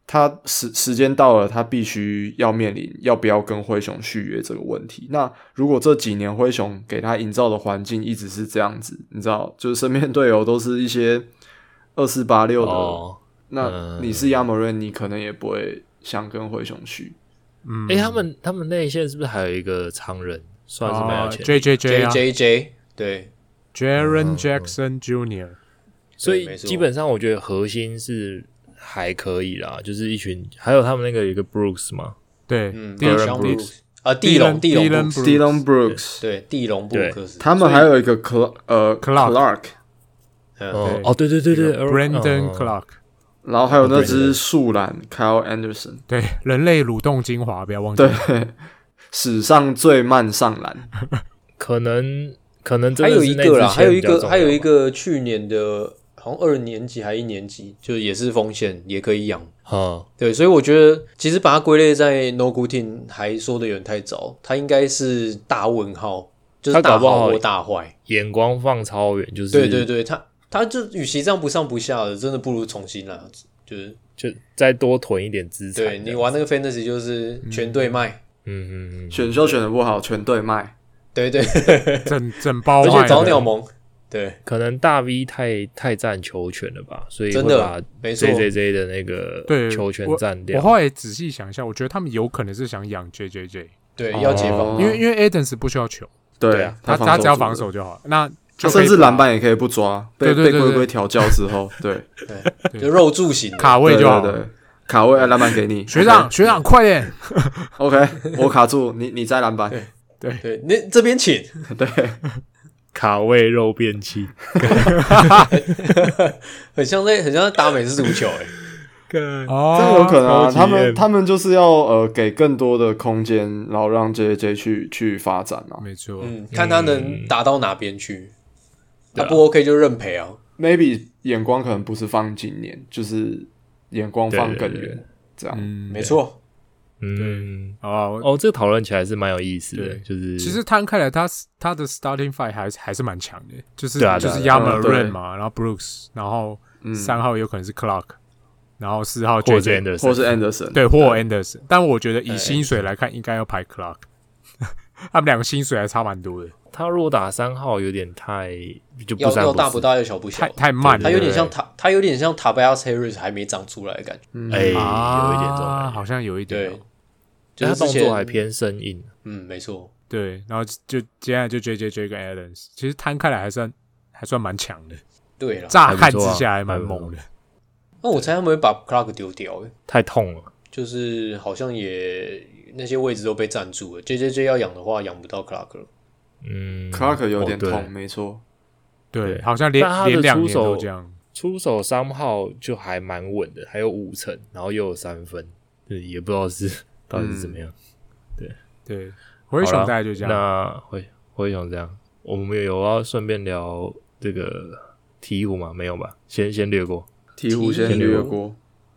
S4: 他时时间到了，他必须要面临要不要跟灰熊续约这个问题。那如果这几年灰熊给他营造的环境一直是这样子，你知道，就是身边队友都是一些二四八六的。
S2: 哦，
S4: 那你是亚摩瑞，你可能也不会想跟灰熊去。
S5: 嗯，
S2: 哎，他们他们内线是不是还有一个常人，算是蛮有钱的？
S5: J J J
S3: J
S5: 啊
S3: J J，对，
S5: ，Jaren Jackson Jr.
S2: 所
S3: 对
S2: 以
S3: 没错
S2: 基本上我觉得核心是还可以啦，就是一群还有他们那个有一个 Brooks 嘛，
S5: 对
S3: 嗯，，
S5: 第二
S4: Dylan
S3: 小
S4: Brooks
S3: 啊，地龙地龙布鲁
S5: Dylan
S3: 克
S4: Dylan Brooks，
S3: 对，地龙布鲁克斯，
S4: 他们还有一个 Cl 呃
S5: Clark
S4: Clark，
S3: 嗯，
S2: 哦哦对对对对
S5: Brandon
S2: 哦
S5: Clark，
S4: 然后还有
S5: 哦
S4: 那只树懒 Kyle Anderson，
S5: 对，人类蠕动精华，不要忘记。
S4: 对，史上最慢上篮。
S2: 可能可能真
S3: 还
S2: 的
S3: 有
S2: 是
S3: 一
S2: 那
S3: 个啦，啊
S2: 支
S3: 还有一
S2: 线比较重
S3: 个
S2: 要
S3: 还有一
S2: 吧
S3: 个去年的，好像二年级还一年级，就是也是锋线，也可以养。
S2: 嗯，
S3: 对，所以我觉得其实把它归类在 No Good Team 还说的有点太早，它应该是大问号，就是
S2: 他搞
S3: 大
S2: 不好
S3: 好或大坏。
S2: 眼光放超远，就是
S3: 对对对，他他就与其这样不上不下的，真的不如重新来。就是
S2: 就再多囤一点资产这
S3: 对
S2: 样。
S3: 你玩那个 Fantasy 就是全对卖，
S2: 嗯嗯嗯，
S4: 选秀选的不好，全队卖。
S3: [laughs] 对对，
S5: 整整包
S3: 而
S5: 卖
S3: 且
S5: 的，
S3: 找鸟盟，对，
S2: 可能大 V 太太占球权了吧，所以
S3: 真
S2: 会
S3: 的
S2: 把
S3: 没错
S2: J J J 的那个
S5: 对
S2: 球权
S5: 我
S2: 占
S5: 我
S2: 掉。
S5: 后来仔细想一下，我觉得他们有可能是想养 J J J，
S3: 对，
S2: 哦
S3: 要解放
S4: 哦
S5: 因为因为 Adams 不需要球，
S2: 对
S4: 对
S2: 啊，
S5: 他
S4: 防
S5: 他
S4: 守
S5: 只要
S4: 组
S5: 防
S4: 的
S5: 守就好，那
S4: 他
S5: 就可
S4: 甚
S5: 以
S4: 至
S5: 把
S4: 篮板也可以不抓，被
S5: 对对
S4: 被
S5: 对
S4: 龟
S5: 对
S4: 龟调教之
S5: [laughs]
S4: 后，对，
S3: 就肉柱型的，
S5: 卡位
S4: 对
S5: 就好。
S4: 对对，卡位啊篮板给你，
S5: [laughs] 学长学长快点，
S4: ，OK，我卡住你，你摘篮板，
S3: 对，那这边请，
S4: [laughs] 对，
S2: 卡位肉便
S5: [laughs]
S2: 器，
S3: 很像在很像在打美式足球哎、欸
S5: 哦，
S4: [laughs] 这有可能
S2: 超
S4: 啊。
S2: 级
S4: 他们
S2: M
S4: 他们就是要呃给更多的空间，然后让 J J 去去发展啊。
S5: 没错，
S3: 嗯，看他能打到哪边去，
S2: 对
S3: 啊
S2: 啊
S3: 不 OK 就认赔啊，
S4: Maybe 眼光可能不是放今年，就是眼光放更
S2: 对对
S4: 远，这样。
S5: 嗯，
S3: 没错，
S2: 嗯，
S5: 好啊。我
S2: 哦，这个讨论起来是蛮有意思的，
S5: 对
S2: 就是
S5: 其实摊开来，他他的 starting five 还是还是蛮强的，就是
S2: 对啊
S5: 就
S2: 对啊
S5: 是
S2: 对
S5: y
S2: 啊
S5: a m a
S4: 嗯
S5: r
S4: 对
S5: a n 嘛，然后 Brooks，然后
S4: 嗯，
S5: 三号有可能是 Clark，然后四号
S2: 或者
S5: JJ，
S2: Anderson，
S4: 或是 Anderson，
S5: 对，或 Anderson。但我觉得以
S3: 对
S5: 薪水来看，应该要排 Clark，他们两个薪水还差蛮多的，
S2: 他如果打三号有点太就不
S3: 要
S2: 三
S3: 要大不
S2: 四，
S3: 大，要小不小
S5: 太，太慢了，
S3: 他有点像
S5: 对
S3: 塔，他有点像塔贝亚 Harris 还没长出来的感觉，
S4: 嗯
S2: 哎、
S5: 不对
S2: 有一点哎这种
S5: 啊
S2: 感觉，
S5: 好像有一点
S3: 对
S5: 哦，，
S3: 就是
S2: 他
S3: 之
S2: 动
S3: 前
S2: 作还偏生硬，
S3: 嗯，没错，
S5: 对。然后就接下来就 JJJ 跟 Adams，其实摊开来还算还算蛮强的，
S3: 对了，
S5: 乍看
S2: 还
S5: 之
S2: 不错啊
S5: 下还蛮
S2: 还不错
S5: 猛的。
S3: 那哦我猜他们会把 Clark 丢掉、欸，
S2: 太痛了。
S3: 就是好像也那些位置都被占住了。J J J 要养的话，养不到 Clark 了。
S2: 嗯
S4: Clark 有点
S2: 哦对
S4: 痛，没错。
S5: 对，
S2: 对
S5: 好像连
S2: 但他的
S5: 连两
S2: 出
S5: 年都
S2: 手
S5: 这样。
S2: 出手三号就还蛮稳的，还有五成，然后又有三分，对，也不知道是到底是怎么样。
S5: 对，灰熊
S2: 好啦
S5: 大概就这样。
S2: 那灰灰熊这样，我们有要顺便聊这个鹈鹕吗？没有吧？先先略过，
S4: 鹈鹕先
S2: 先
S4: 略
S2: 留
S4: 过，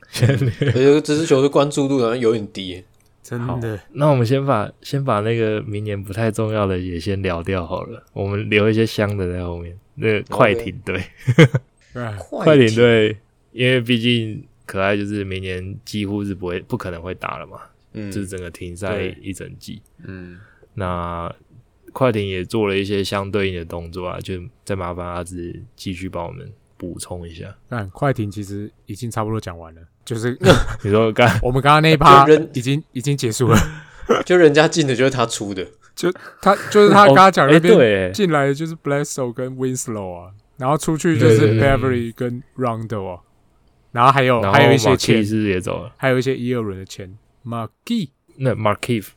S2: 先略
S3: 而且这支球队关注度好像有点低、欸。
S5: 真的，
S2: 那我们先把先把那个明年不太重要的也先聊掉好了，我们留一些香的在后面。那个快艇队，
S5: 哎
S2: 哦快
S3: 快
S2: 艇队，因为毕竟可爱就是明年几乎是不会不可能会打了嘛，
S3: 嗯，
S2: 就是整个停赛
S5: 对
S2: 一整季。
S4: 嗯，
S2: 那快艇也做了一些相对应的动作啊，就再麻烦阿志继续帮我们补充一 [laughs] 下。
S5: 但快艇其实已经差不多讲完了，就是
S2: 你说刚
S5: 我们刚刚那一趴
S3: 就人
S5: 已经已经结束了。
S3: 就人家进的就是他出的，
S5: 他就是他刚刚讲那
S2: 哦哎
S5: 边
S2: 对
S5: 进来的就是 Blesso 跟 Winslow 啊，然后出去就是
S2: 对对对
S5: Beverly 跟 Rondo 啊，然后还有
S2: 然后
S5: 还有一些
S2: Markieff
S5: 钱，
S2: 是不是也走了，
S5: 还有一些一二轮的钱 m a g i
S2: 那 Markif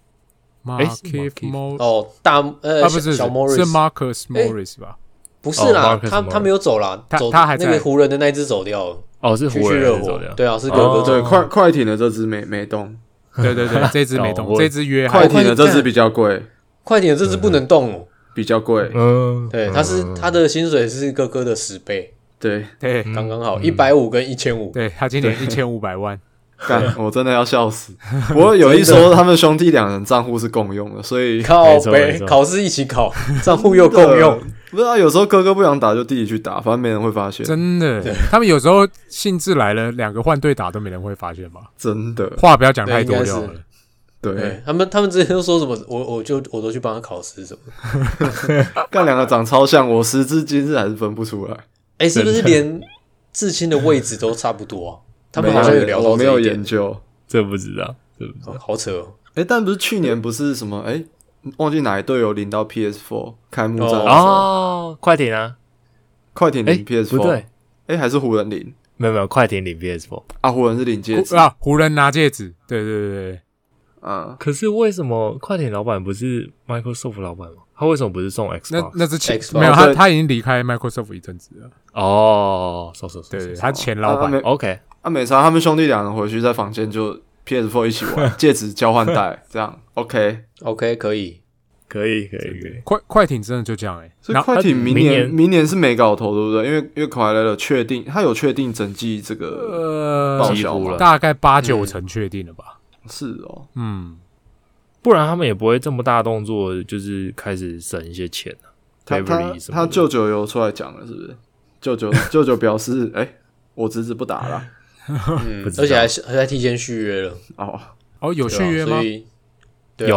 S5: m a
S2: 哎是
S5: k i
S2: Markieff
S5: Mo
S3: 哦，大呃、
S5: 啊不是
S3: 小 Morris
S5: 是 Marcus
S3: 哎
S5: Morris 吧？
S3: 不是啦，
S2: 哦，Marcus
S3: 他
S2: Morris
S3: 他没有走啦，
S5: 他
S3: 走
S5: 他还在
S3: 那个湖人的那一只走掉了，
S2: 哦是
S3: 去
S2: 湖
S3: 去
S2: 人
S3: 热
S2: 还是走掉
S3: 火，，对啊，是哥
S2: 哦
S3: 哥走。
S4: 对，快快艇的这只没没动，
S5: 对对
S2: [laughs]
S5: 对，这只没
S2: 哦
S5: 动，
S2: 我
S5: 这只约还
S4: 快艇的这只比较贵，
S3: 快艇这支不能动哦，
S4: 比较贵。
S2: 嗯，
S3: 对，他是他的薪水是哥哥的十倍，
S4: 对，
S5: 对
S2: 嗯
S3: 刚刚好一百五跟一千五，
S5: 对，他今年一千五百万，
S4: 干，我真的要笑死。不过有一说，他们兄弟两人账户是共用的，所以
S3: 靠
S2: 没错
S3: 呗
S2: 没，错
S3: 考试一起考， [laughs] 账户又共用，
S4: 不是啊，有时候哥哥不想打就弟弟去打，反正没人会发现。真
S5: 真的，他们有时候兴致来了，两个换队打都没人会发现吧？
S4: 的，
S5: 话不要讲太多
S3: 对
S5: 就
S3: 应该
S5: 好
S3: 是
S5: 了。
S4: 对
S3: 对，他们，他们之前都说什么，我我就我都去帮他考试什么的，
S4: 干两个长超像，我时至今日还是分不出来。
S3: 哎、是不是连至亲的位置都差不
S2: [laughs]
S3: 多啊？他们
S4: 没
S3: 好像有聊到
S4: 我没
S3: 这
S4: 有
S3: 一
S4: 研
S3: 点，
S4: 究。
S2: 这不知道，这不知道。
S3: 哦好扯哦。
S4: 哎、但不是去年不是什么哎、诶忘记哪一队有领到 PS4 开幕战的时候，
S2: 哦，快艇啊，
S4: 快艇
S2: 哎、
S4: 领
S2: 不
S4: PS4，
S2: 对
S4: 哎、，还是湖人领
S2: 没有没有，快艇领 PS4。
S4: 啊？湖人是领戒指，
S5: 啊，湖人拿戒指，对对对对，
S4: 嗯，
S2: 可是为什么快艇老板不是 Microsoft 老板吗？他为什么不是送
S5: 那
S2: Xbox？
S5: 那之前
S3: 哦 Xbox
S5: 没有他，
S4: 对
S5: 他已经离开 Microsoft 一阵子了，
S2: 哦，收收收
S5: 对
S2: 收
S5: 对，
S2: 收
S5: 他前老
S4: 啊
S5: 板
S4: 没
S2: ，OK，
S4: 啊美差他们兄弟两人回去在房间就 PS4 一起玩，戒指交换戴，这样 OK。
S3: OK，
S2: [laughs]
S3: 可以，
S2: 可以可以可以。
S5: 快快艇真的就这样哎，
S4: 所以
S5: 然后
S4: 快艇明
S2: 明
S4: 年
S2: 年
S4: 明年是没搞头，对不对？因为因为快乐的确定，他有确定整季这个报
S5: 呃，
S2: 几
S4: 销
S2: 乎
S4: 吗
S2: 了
S5: 大概八九成确定了吧？
S4: 是哦，
S5: 嗯，
S2: 不然他们也不会这么大动作，就是开始省一些钱啊
S4: 他他
S2: Beverly 什么
S4: 他
S2: 的
S4: 舅舅有出来讲了，是不是？舅舅舅舅表示，哎、我侄子不打了。
S3: 嗯
S2: 不，知道
S3: 而且还是还在提前续约了，
S4: 哦，
S5: 哦，有续
S3: 对
S5: 约
S3: 啊
S5: 吗
S3: 所？以对啊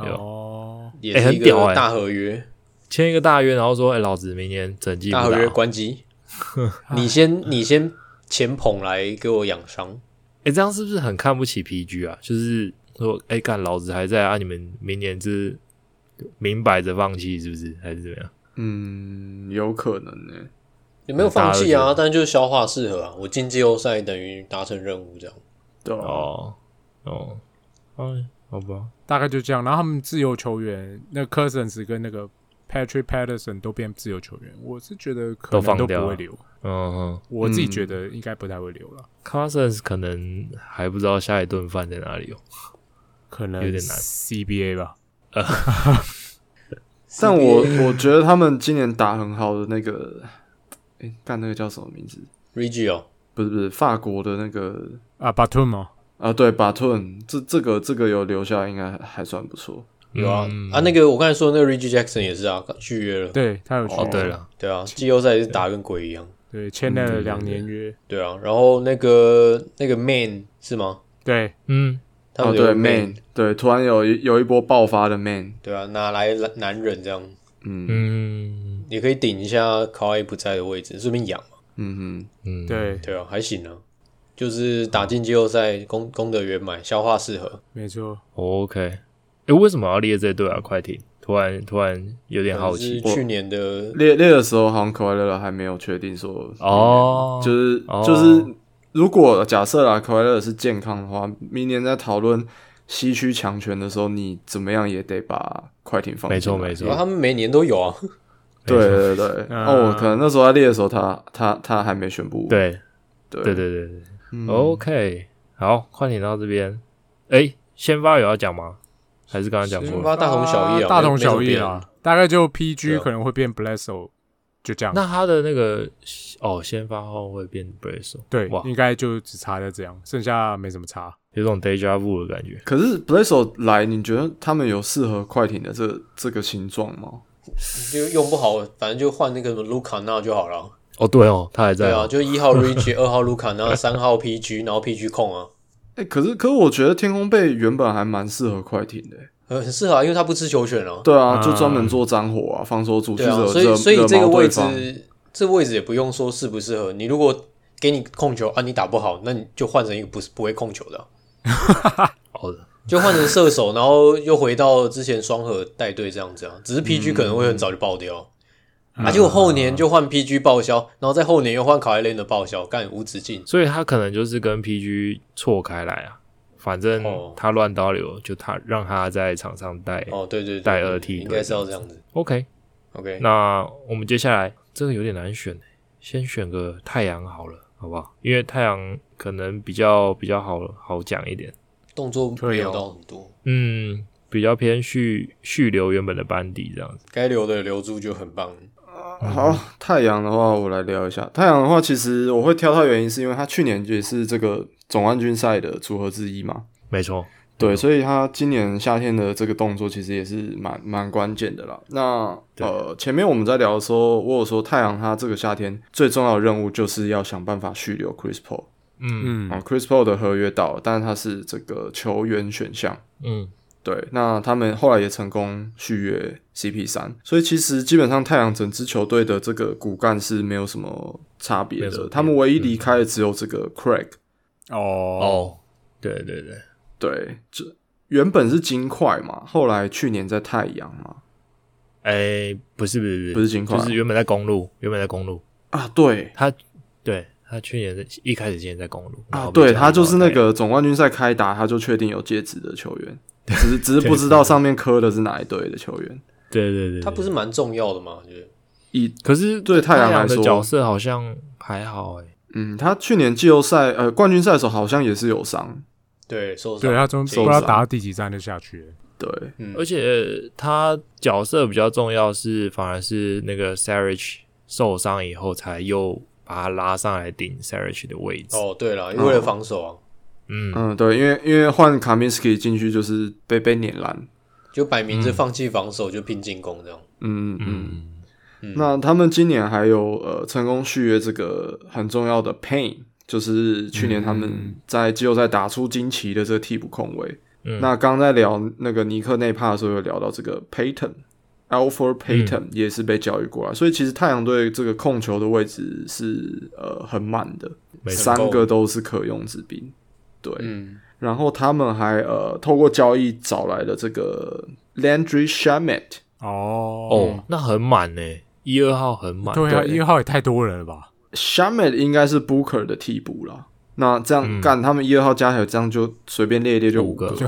S2: 有
S5: 哦，
S3: 也
S2: 哎
S3: 是
S2: 很
S3: 一
S2: 屌
S3: 个
S2: 哎
S3: 大合约，
S2: 签一个大约，然后说，哎、老子明年整季不
S3: 大合约
S2: 打。[laughs]
S3: 关机，你先你先钱捧来给我养伤，
S2: 哎、这样是不是很看不起 PG 啊？就是说，哎、干老子还在啊，你们明年是明摆着放弃是不是？还是怎么样？
S4: 嗯，有可能呢、
S3: 也没有放
S2: 大家
S3: 弃
S2: 都觉
S3: 啊，
S2: 得
S3: 但就是消化适合啊。我进季后赛等于达成任务这样。
S4: 对啊，
S2: 哦哦，哎，好吧，
S5: 大概就这样。然后他们自由球员，那 Cousins 跟那个 Patrick Patterson 都变自由球员，我是觉得可
S2: 都放
S5: 能都
S2: 掉
S5: 不会
S2: 了
S5: 留，
S2: 嗯哼
S5: 我自己
S4: 嗯
S5: 觉得应该不太会留了，
S2: ，Cousins 可能还不知道下一顿饭在哪里哦。
S5: 可能
S2: 有点难
S5: CBA 吧。
S4: 但我我觉得他们今年打很好的那个，哎、干那个叫什么名字？
S3: Regio
S4: 不是不是，法国的那个
S5: 啊，Batum 哦，
S4: 啊，对，巴顿，这这个这个有留下，应该还算不错。
S3: 有啊、
S2: 嗯
S3: 啊，那个我刚才说的那个 Reggie Jackson 也是啊，续约了。
S5: 对他有去
S2: 哦，对了，
S3: 对啊，季后赛也是打得跟鬼一样。
S5: 对签了两年约，
S3: 对啊，然后那个那个 Man 是吗？
S5: 对
S2: 嗯，
S3: 他
S4: 哦，
S3: 们有
S4: 对
S3: 个
S4: ，man，对，突然有一有一波爆发的 man，
S3: 对啊，哪来的男人这样？
S4: 嗯嗯
S2: 嗯
S3: 也可以顶一下 k a w 不在的位置，顺便养嘛。
S4: 嗯
S2: 嗯，
S5: 对，
S3: 对啊，还行啊，就是打进季后赛功功德圆满，消化适合。
S5: 没错，
S2: ，OK。诶，为什么要列这队啊？快艇，突然突然有点好奇
S3: 是去年的
S4: 哼，列列的时候好像可爱乐乐还没有确定说，
S2: 哦，
S4: 就是
S2: 哦
S4: 就是，如果假设啦，可爱乐乐是健康的话，明年在讨论西区强权的时候，你怎么样也得把快艇放
S2: 没
S4: 进
S2: 错
S4: 来
S2: 没错
S3: 然后，他们每年都有啊， [laughs]
S4: 对对对，
S2: [laughs]
S4: 对
S5: 嗯
S4: 哦，可能那时候他列的时候他，他他还没宣布，
S2: 对
S4: 对
S2: 对对对对
S4: 嗯
S2: ，OK，好，快点到这边。诶，先发有要讲吗？还是刚刚讲
S3: 先
S2: 过
S3: 发
S2: 了？
S3: 大同小异啊
S5: 大同小异
S3: 没什么
S5: 啊，大概就 PG
S3: 对啊
S5: 可能会变 Blesso，就这样。
S2: 那他的那个哦，先发后会变 Brace，
S5: 对
S2: 哇，，
S5: 应该就只差在这样，剩下没什么差。
S2: 有种 deja vu 的感觉。
S4: 可是 b l a s o 来，你觉得他们有适合快艇的这这个形状吗？
S3: 就用不好，反正就换那个什么卢卡纳就好了。
S2: 哦，对哦，他还在
S3: 对啊，
S2: 哦，
S3: 就一号 Reggie，二号卢卡纳，三号 PG，然后 PG 控啊，
S4: 哎、可是可是我觉得天空贝原本还蛮适合快艇的欸、
S3: 很很适合啊，因为他不吃球权啊。
S4: 对啊，
S5: 嗯
S4: 就专门做脏活啊，防守组织
S3: 对啊，
S4: 者
S3: 所
S4: 惹
S3: 以所以
S4: 惹
S3: 这个
S4: 毛
S3: 位
S4: 对方。
S3: 置，这位置也不用说适不适合。你如果给你控球啊，你打不好，那你就换成一个不是不会控球的啊、
S2: 好的，
S3: 就换成射手，然后又回到之前双核带队这样子啊。只是 PG 可能会很早就爆掉，啊，结果后年就换 PG 报销，然后在后年又换卡莱伦的报销，干无止境。
S2: 所以他可能就是跟 PG 错开来啊，反正
S3: 哦
S2: 他乱刀流，就他让他在场上带。
S3: 哦，对对对，
S2: 带二替
S3: 应该是要这样子。
S2: OK，
S3: OK，
S2: 那我们接下来这个有点难选欸，先选个太阳好了，好不好？因为太阳可能比较比较好好讲一点，
S3: 动作
S5: 可
S3: 没
S5: 以
S3: 有
S5: 哦
S3: 到很多，
S2: 嗯，比较偏续续留原本的班底这样子。
S3: 该留的留住就很棒。
S4: 好，太阳的话，我来聊一下。太阳的话，其实我会挑它的原因是因为它去年也是这个总冠军赛的组合之一嘛。
S2: 没错，
S4: 对，所以他今年夏天的这个动作其实也是蛮蛮关键的啦。那
S2: 对
S4: 呃，前面我们在聊的时候，我有说太阳他这个夏天最重要的任务就是要想办法续留 Chris Paul
S2: 嗯
S5: 嗯
S4: 啊、，c h r i s Paul 的合约到了，但是他是这个球员选项。
S2: 嗯，
S4: 对，那他们后来也成功续约 CP 三，所以其实基本上太阳整支球队的这个骨干是没有什么差别
S2: 没有什么嗯
S4: 的，
S2: 变
S4: 他们唯一离开的只有这个 Craig，
S5: 哦，
S2: 哦，对对对，
S4: 对，这原本是金块嘛，后来去年在太阳嘛，
S2: 哎、不是不是
S4: 不是金块
S2: 就是原本在公路，原本在公路，
S4: 啊，对
S2: 对他去年是一开始先在公路然
S4: 啊
S2: 后，被
S4: 对
S2: 交易
S4: 他就是
S2: 到
S4: 那
S2: 太阳
S4: 个总冠军赛开打，他就确定有戒指的球
S2: [laughs]
S4: 员，只是只是不知道上面磕的是哪一队的球员。
S2: 对对对，
S3: 他不
S2: 是，
S3: 是蛮重要的嘛？就是
S4: 以
S2: 可是
S4: 对太阳
S2: 阳
S4: 来
S2: 的
S4: 说
S2: 角色好像还好哎、
S4: 嗯，他去年季后赛呃冠军赛的时候好像也是有伤，
S3: 对受伤，
S5: 对他从不
S3: 受
S5: 知道
S4: 伤
S5: 打到第几站就下去了。
S4: 对，
S3: 嗯
S2: 而且他角色比较重要是，反而是那个 Sarich 受伤以后才又把他拉上来顶 Sarich 的位置。
S3: 哦，对了，为了防守啊，
S2: 嗯，
S4: 嗯，对，因为因为换卡米斯基进去就是被被碾烂。
S3: 就摆明是放弃防守，就拼进攻这样。
S4: 嗯嗯，
S2: 嗯
S4: 那他们今年还有呃成功续约这个很重要的 Pain，就是去年他们在季后赛打出惊奇的这个替补控卫。
S2: 嗯
S4: 那刚在聊那个尼克内帕的时候，有聊到这个 Payton， Alfred Payton
S2: 嗯
S4: 也是被交易过来，所以其实太阳队这个控球的位置是呃很满的，
S2: 没错
S4: 三个都是可用之兵。对，
S3: 嗯，
S4: 然后他们还呃透过交易找来了这个 Landry Shamet，
S5: 哦
S2: 哦，那很满呢、一二号很满，
S5: 对啊，
S4: 对
S5: 一号也太多人了吧？
S4: Shamet 应该是 Booker 的替补啦。那这样
S2: 嗯
S4: 干，他们一二号加起来这样就随便列一列就
S2: 五
S4: 个
S2: 个，，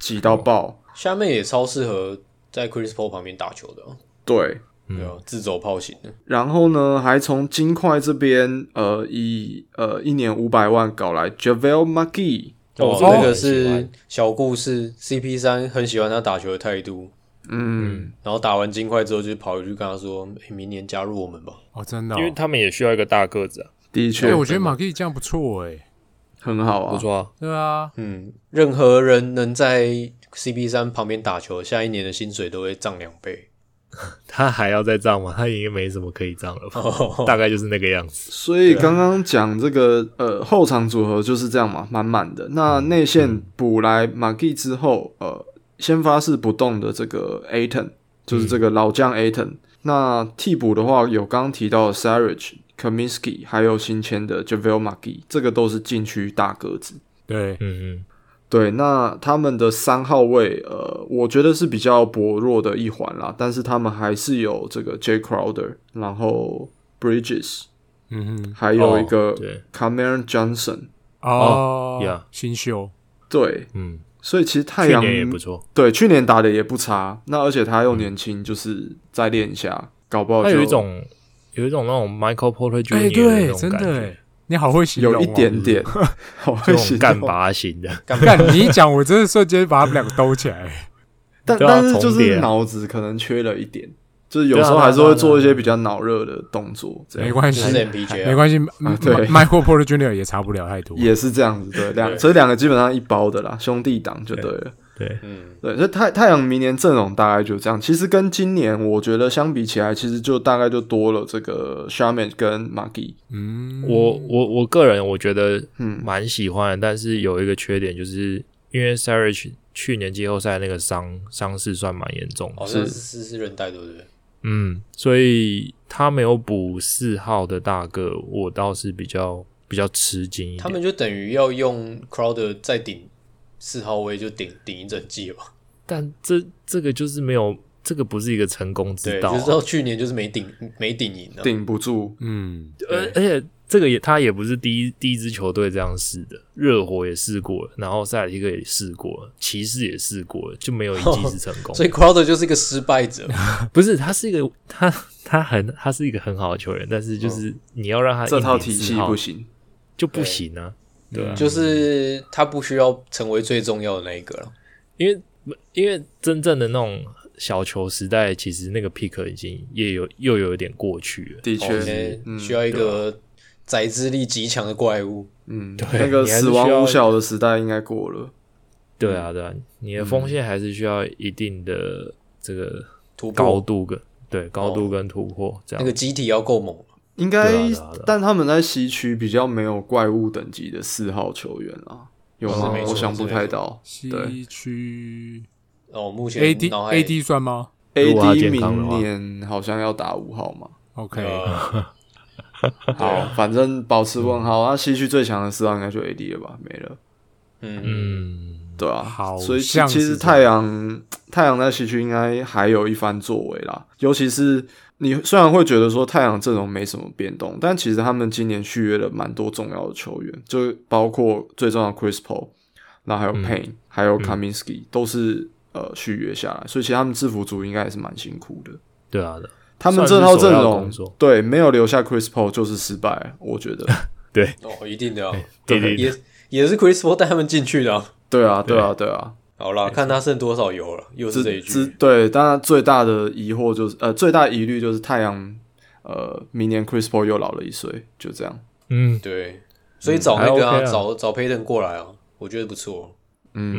S4: 挤
S2: [laughs]
S4: 到爆。
S3: 下面也超适合在 Chris Paul 旁边打球的哦，
S4: 对，
S5: 嗯
S3: 对啊，自走炮型的，
S4: 然后呢，还从金块这边呃以呃一年五百万搞来 JaVale McGee，
S3: 哦
S2: 哦，这
S3: 那个
S2: 个喜欢
S3: 是小故事，CP 三很喜欢他打球的态度，
S4: 嗯，
S3: 然后打完金块之后就跑回去跟他说，诶明年加入我们吧。
S5: 哦，真的哦、
S2: 因为他们也需要一个大个子啊，
S4: 的
S5: 对，
S4: 确
S5: 我觉得马蒂这样不错哎、
S4: 很好
S2: 不
S4: 啊。
S2: 错啊，
S5: 对啊，
S3: 嗯，任何人能在 CP 三旁边打球，下一年的薪水都会涨两倍。
S2: 他还要再涨吗？他已经没什么可以涨了吧， [laughs] 大概就是那个样子。
S4: 所以刚刚讲这个呃后场组合就是这样嘛，满满的。那内线补来 McGee 之后，呃，先发是不动的这个 Aton，就是这个老将 Aton。那替补的话有刚刚提到的 Sarich、Kaminsky，还有新签的 JaVale McGee，这个都是禁区大个子。
S5: 对，
S2: 嗯
S4: 对，那他们的三号位，呃，我觉得是比较薄弱的一环啦，但是他们还是有这个 J Crowder，然后 Bridges，
S5: 嗯哼，
S4: 还有一个
S2: 哦对
S4: Cameron Johnson，、
S5: 哦，
S2: 呀
S5: 新秀，
S4: 对，
S2: 哼，嗯，
S4: 所以其实太
S2: 去
S4: 阳
S2: 年也不错，
S4: 对去年打的也不差，那而且他又年轻，就是再练一下，搞不好
S2: 他
S4: 哦就
S2: 有一种有一种那种 Michael Porter
S5: 哎、
S2: Jr. 的
S5: 对
S2: 那，种
S5: 真
S2: 感
S5: 的、
S2: 觉
S5: 欸，，你好会形容、
S4: 有一，
S2: [laughs]
S4: 点点，好
S2: 啊这
S4: 会
S2: 种
S4: 形
S2: 干
S4: 容，
S2: 拔型的，
S3: 干
S5: 干你一讲，我真的瞬间把他们两个兜起来。
S4: 但
S2: 对啊
S4: 但是就
S2: 重叠
S4: 是
S2: 啊
S4: 脑子可能缺了一点，就是有
S2: 对啊
S4: 时候
S2: 对啊
S4: 还是会
S2: 对啊
S4: 做一
S2: 对
S4: 些
S2: 啊
S4: 比较脑热的动作，这样
S5: 没关
S3: 就
S5: 系，
S3: 是 MPJ
S5: 没
S3: 啊，
S5: 关系，
S4: 对
S5: 迈克 Porter Jr. 也差不了太多。
S4: 也是这样子，对，两所以两个基本上一包的啦，兄弟党就对了。
S2: 对，
S3: 嗯，
S4: 对，所以太太阳明年阵容大概就这样。其实跟今年我觉得相比起来，其实就大概就多了这个 Shaman 跟 Maggie。
S5: 嗯，
S2: 我我我个人我觉得
S4: 嗯
S2: 蛮喜欢的，但是有一个缺点就是因为 Sarich 去年季后赛那个伤伤势算蛮严重的，
S3: 好哦像是是是韧带对不对？
S2: 嗯，所以他没有补四号的大个，我倒是比较比较吃惊一
S3: 他
S2: 点。
S3: 们就等于要用 Crowder 再顶四号位，就顶顶一整季吧。
S2: 但这这个就是没有，这个不是一个成功之
S3: 对，
S2: 道、
S3: 就
S2: 啊
S3: 是。到去年就是没顶没顶赢的。
S4: 顶不住，
S5: 嗯，
S2: 而而且这个也他也不是第一第一支球队这样试的，热火也试过了，然后塞尔提克也试过了，骑士也试过了，就没有一季是成功。
S3: [laughs] 所以 Crowder 就是一个失败者，
S2: 不是他是一个他他很他是一个很好的球员，但是就是你要让他
S4: 这套
S2: 呃硬顶
S4: 体
S2: 四
S4: 系
S2: 号
S4: 不行。
S2: 就不行啊。对啊，
S3: 就是他不需要成为最重要的那一个了。
S2: 因为因为真正的那种小球时代，其实那个 pick 已经也有又有一点过去了。
S4: 的
S3: 哦
S4: 确，
S3: 现在
S4: 嗯
S3: 需要一个宰制力极强的怪物。
S4: 嗯，
S2: 对
S4: 那个
S2: 你还是
S4: 死亡
S2: 需
S4: 五
S2: 要
S4: 小的时代应该过了。
S2: 对
S3: 嗯
S2: 啊，对啊，你的锋线还是需要一定的这个
S3: 突破
S2: 高度跟对高度跟突破这
S3: 嗯那
S2: 样
S3: 个。机体要够猛，
S4: 应该
S2: 对啊对啊对啊，
S4: 但他们在西区比较没有怪物等级的四号球员啊，有
S3: 是
S2: 哦
S4: 吗
S3: 没？错
S4: 我想不
S3: 是没
S4: 太
S3: 错
S4: 到。对
S5: 西区
S3: 哦，目前
S5: AD
S3: 脑海
S5: AD 算吗
S2: 如果他
S4: ，AD
S2: 健康的话
S4: 明年好像要打
S2: [laughs]
S4: 五号嘛。
S5: ？OK，
S3: 呃，
S2: 啊
S4: 好，反正保持问
S2: 嗯
S4: 号啊。西区最强的四号应该就 AD 了吧？没了，
S3: 嗯，
S2: 嗯，
S4: 对啊。
S5: 好
S4: 所以其
S5: 像
S4: 其
S5: 是
S4: 实
S5: 这样
S4: 太阳太阳在西区应该还有一番作为啦。尤其是你虽然会觉得说太阳阵容没什么变动，但其实他们今年续约了蛮多重要的球员，就包括最重要的 Chris Paul，然后还有 Payne，、还有 Kaminsky、都是呃续约下来，所以其实他们制服组应该也是蛮辛苦的。
S2: 对啊的，
S4: 他们这套阵
S2: 算是首要
S4: 容
S2: 工作
S4: 对没有留下 Chris Paul 就是失败，我觉得。
S2: 对
S3: 哦，一定的啊，
S2: 对对对
S3: 也也是 Chris Paul 带他们进去的啊。
S4: 对啊，对啊，对啊，
S3: 好啦，看他剩多少油了，又是这一
S4: 只只
S3: 句。
S4: 对，当然最大的疑惑就是，呃，最大疑虑就是太阳，呃，明年 Chris Paul 又老了一岁，就这样。
S2: 嗯
S3: 对，所以
S5: 嗯
S3: 找那个
S2: 还
S3: 啊，
S2: OK 啊
S3: 找找 Payton 过来啊，我觉得不错。
S4: 嗯，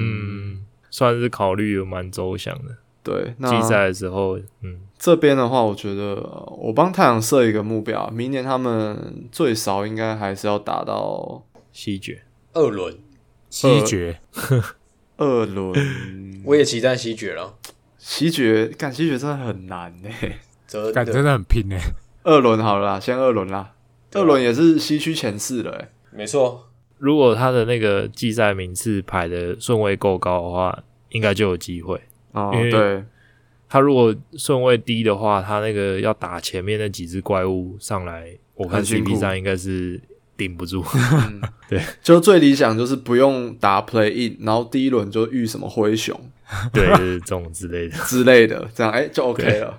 S2: 嗯，算是考虑有蛮周详的。
S4: 对。
S2: 季
S4: 那
S2: 赛的时候，嗯，
S4: 这边的话，我觉得呃我帮太阳设一个目标，明年他们最少应该还是要打到
S2: 西决
S3: 二轮，
S5: 西决
S4: 二轮
S3: [laughs]
S5: 嗯
S3: 我也期待西决了。
S4: 西决，干西决真的很难呢、
S3: 真
S5: 感真
S3: 的
S5: 的很拼哎、
S4: 二轮好了啦，先二轮啦，
S3: 对啊
S4: 二轮也是西区前四了、欸，
S3: 没错，
S2: 如果他的那个季赛名次排的顺位够高的话，应该就有机会。
S4: 哦，
S2: 因为
S4: 对，
S2: 他如果顺位低的话，他那个要打前面那几只怪物上来，我看
S4: 很辛苦
S2: CP 三应该是顶不住。 [laughs]
S4: 就最理想就是不用打 play in，然后第一轮就遇什么灰熊
S2: 对，就是这种之类的。
S4: 之类的，这样哎、就 OK 了。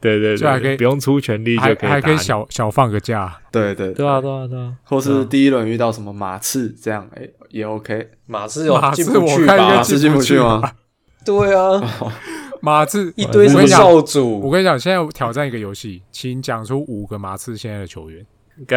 S2: 对对
S5: 所以还可以
S2: 对，不用出全力
S5: 还
S2: 就
S5: 还
S2: 以打
S5: 可以
S2: 你。
S5: 小小放个假，
S4: 对对
S2: 对啊，对啊，对啊。
S4: 或是第一轮遇到什么马刺这样，哎、也 OK。
S3: 马刺有
S5: 马刺
S3: 进不去
S5: 我看应该
S2: 啊
S4: 马
S3: 吧？
S4: 刺
S5: 进
S4: 进
S5: 不
S4: 不去
S5: 去
S4: 吗？
S3: 对啊，
S5: 马刺
S3: 一堆什么少主
S5: 我，跟你讲，现在我挑战一个游戏，请讲出五个马刺现在的球员，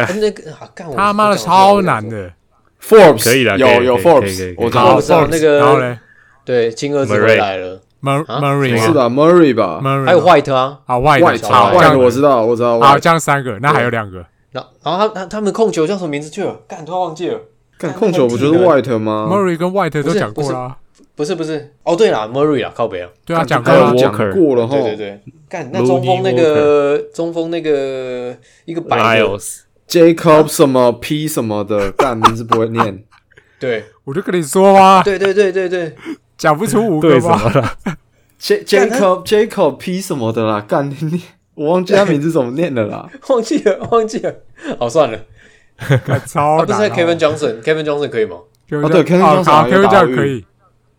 S3: 啊那个啊，干我
S5: 他妈的超难。
S3: 哦
S5: 的。
S4: Forbes
S2: 可以啦可
S4: 有
S2: 以
S4: 有
S2: 可以可以可
S4: Forbes，
S2: 以
S4: 我知
S3: 然后
S4: 道
S5: 好
S3: 上啊那
S5: 然后
S3: 个
S5: 嘞
S3: 对金儿子
S2: Murray
S3: 回来了，
S5: ，Mur
S3: 啊
S5: Murray
S4: 是
S5: 吗
S4: 吧？Murray 吧
S5: Murray
S3: 还有
S5: 吗
S3: White 啊，
S5: 啊 White
S4: 外
S3: 小
S5: 好
S4: 场
S3: 孩
S5: 这
S4: 外
S5: 样
S4: 的我知道，我知道。
S5: 好
S2: 啊
S4: 外
S5: 这样三个，那还有两个
S3: 然后然后他他他们控球叫什么名字去了？干突然忘记了，
S4: 干控球不就是 White 吗？
S5: Murray 跟 White
S3: 嗯不
S5: 都
S3: 是
S5: 讲过
S3: 不是
S5: 啦，
S3: 不是不是，哦对啦，Murray 啦，靠北啊，
S5: 对啊，讲过
S4: 刚
S5: 啦
S4: 刚
S2: 还，有
S4: 讲
S2: Walker
S4: 过
S5: 哦
S4: 了哈。
S3: 对对对，干那中锋那个中锋那个一个白的，
S2: Lyles，
S4: Jacob 什么 P 什么的， [laughs] 干名字不会念。
S3: 对
S5: 我就跟你说嘛，
S3: 对对对对对，
S5: 讲不出五个
S2: 对什
S5: 吗？
S2: 么了？
S4: J Jacob Jacob P 什么的啦，干你你，我忘记他名字怎么念了啦。
S3: 忘记了忘记了，好算了，
S5: 干超
S3: 啊不
S5: 难
S3: 是在
S5: 哦。
S3: Kevin Johnson，Kevin Johnson 可以吗？
S5: Kevin
S4: 哦对
S5: Johnson-
S4: ，Kevin
S5: 哦
S4: Johnson
S5: 好
S4: 还有
S5: ，Kevin
S4: 打
S5: Johnson
S4: 预
S5: 可以。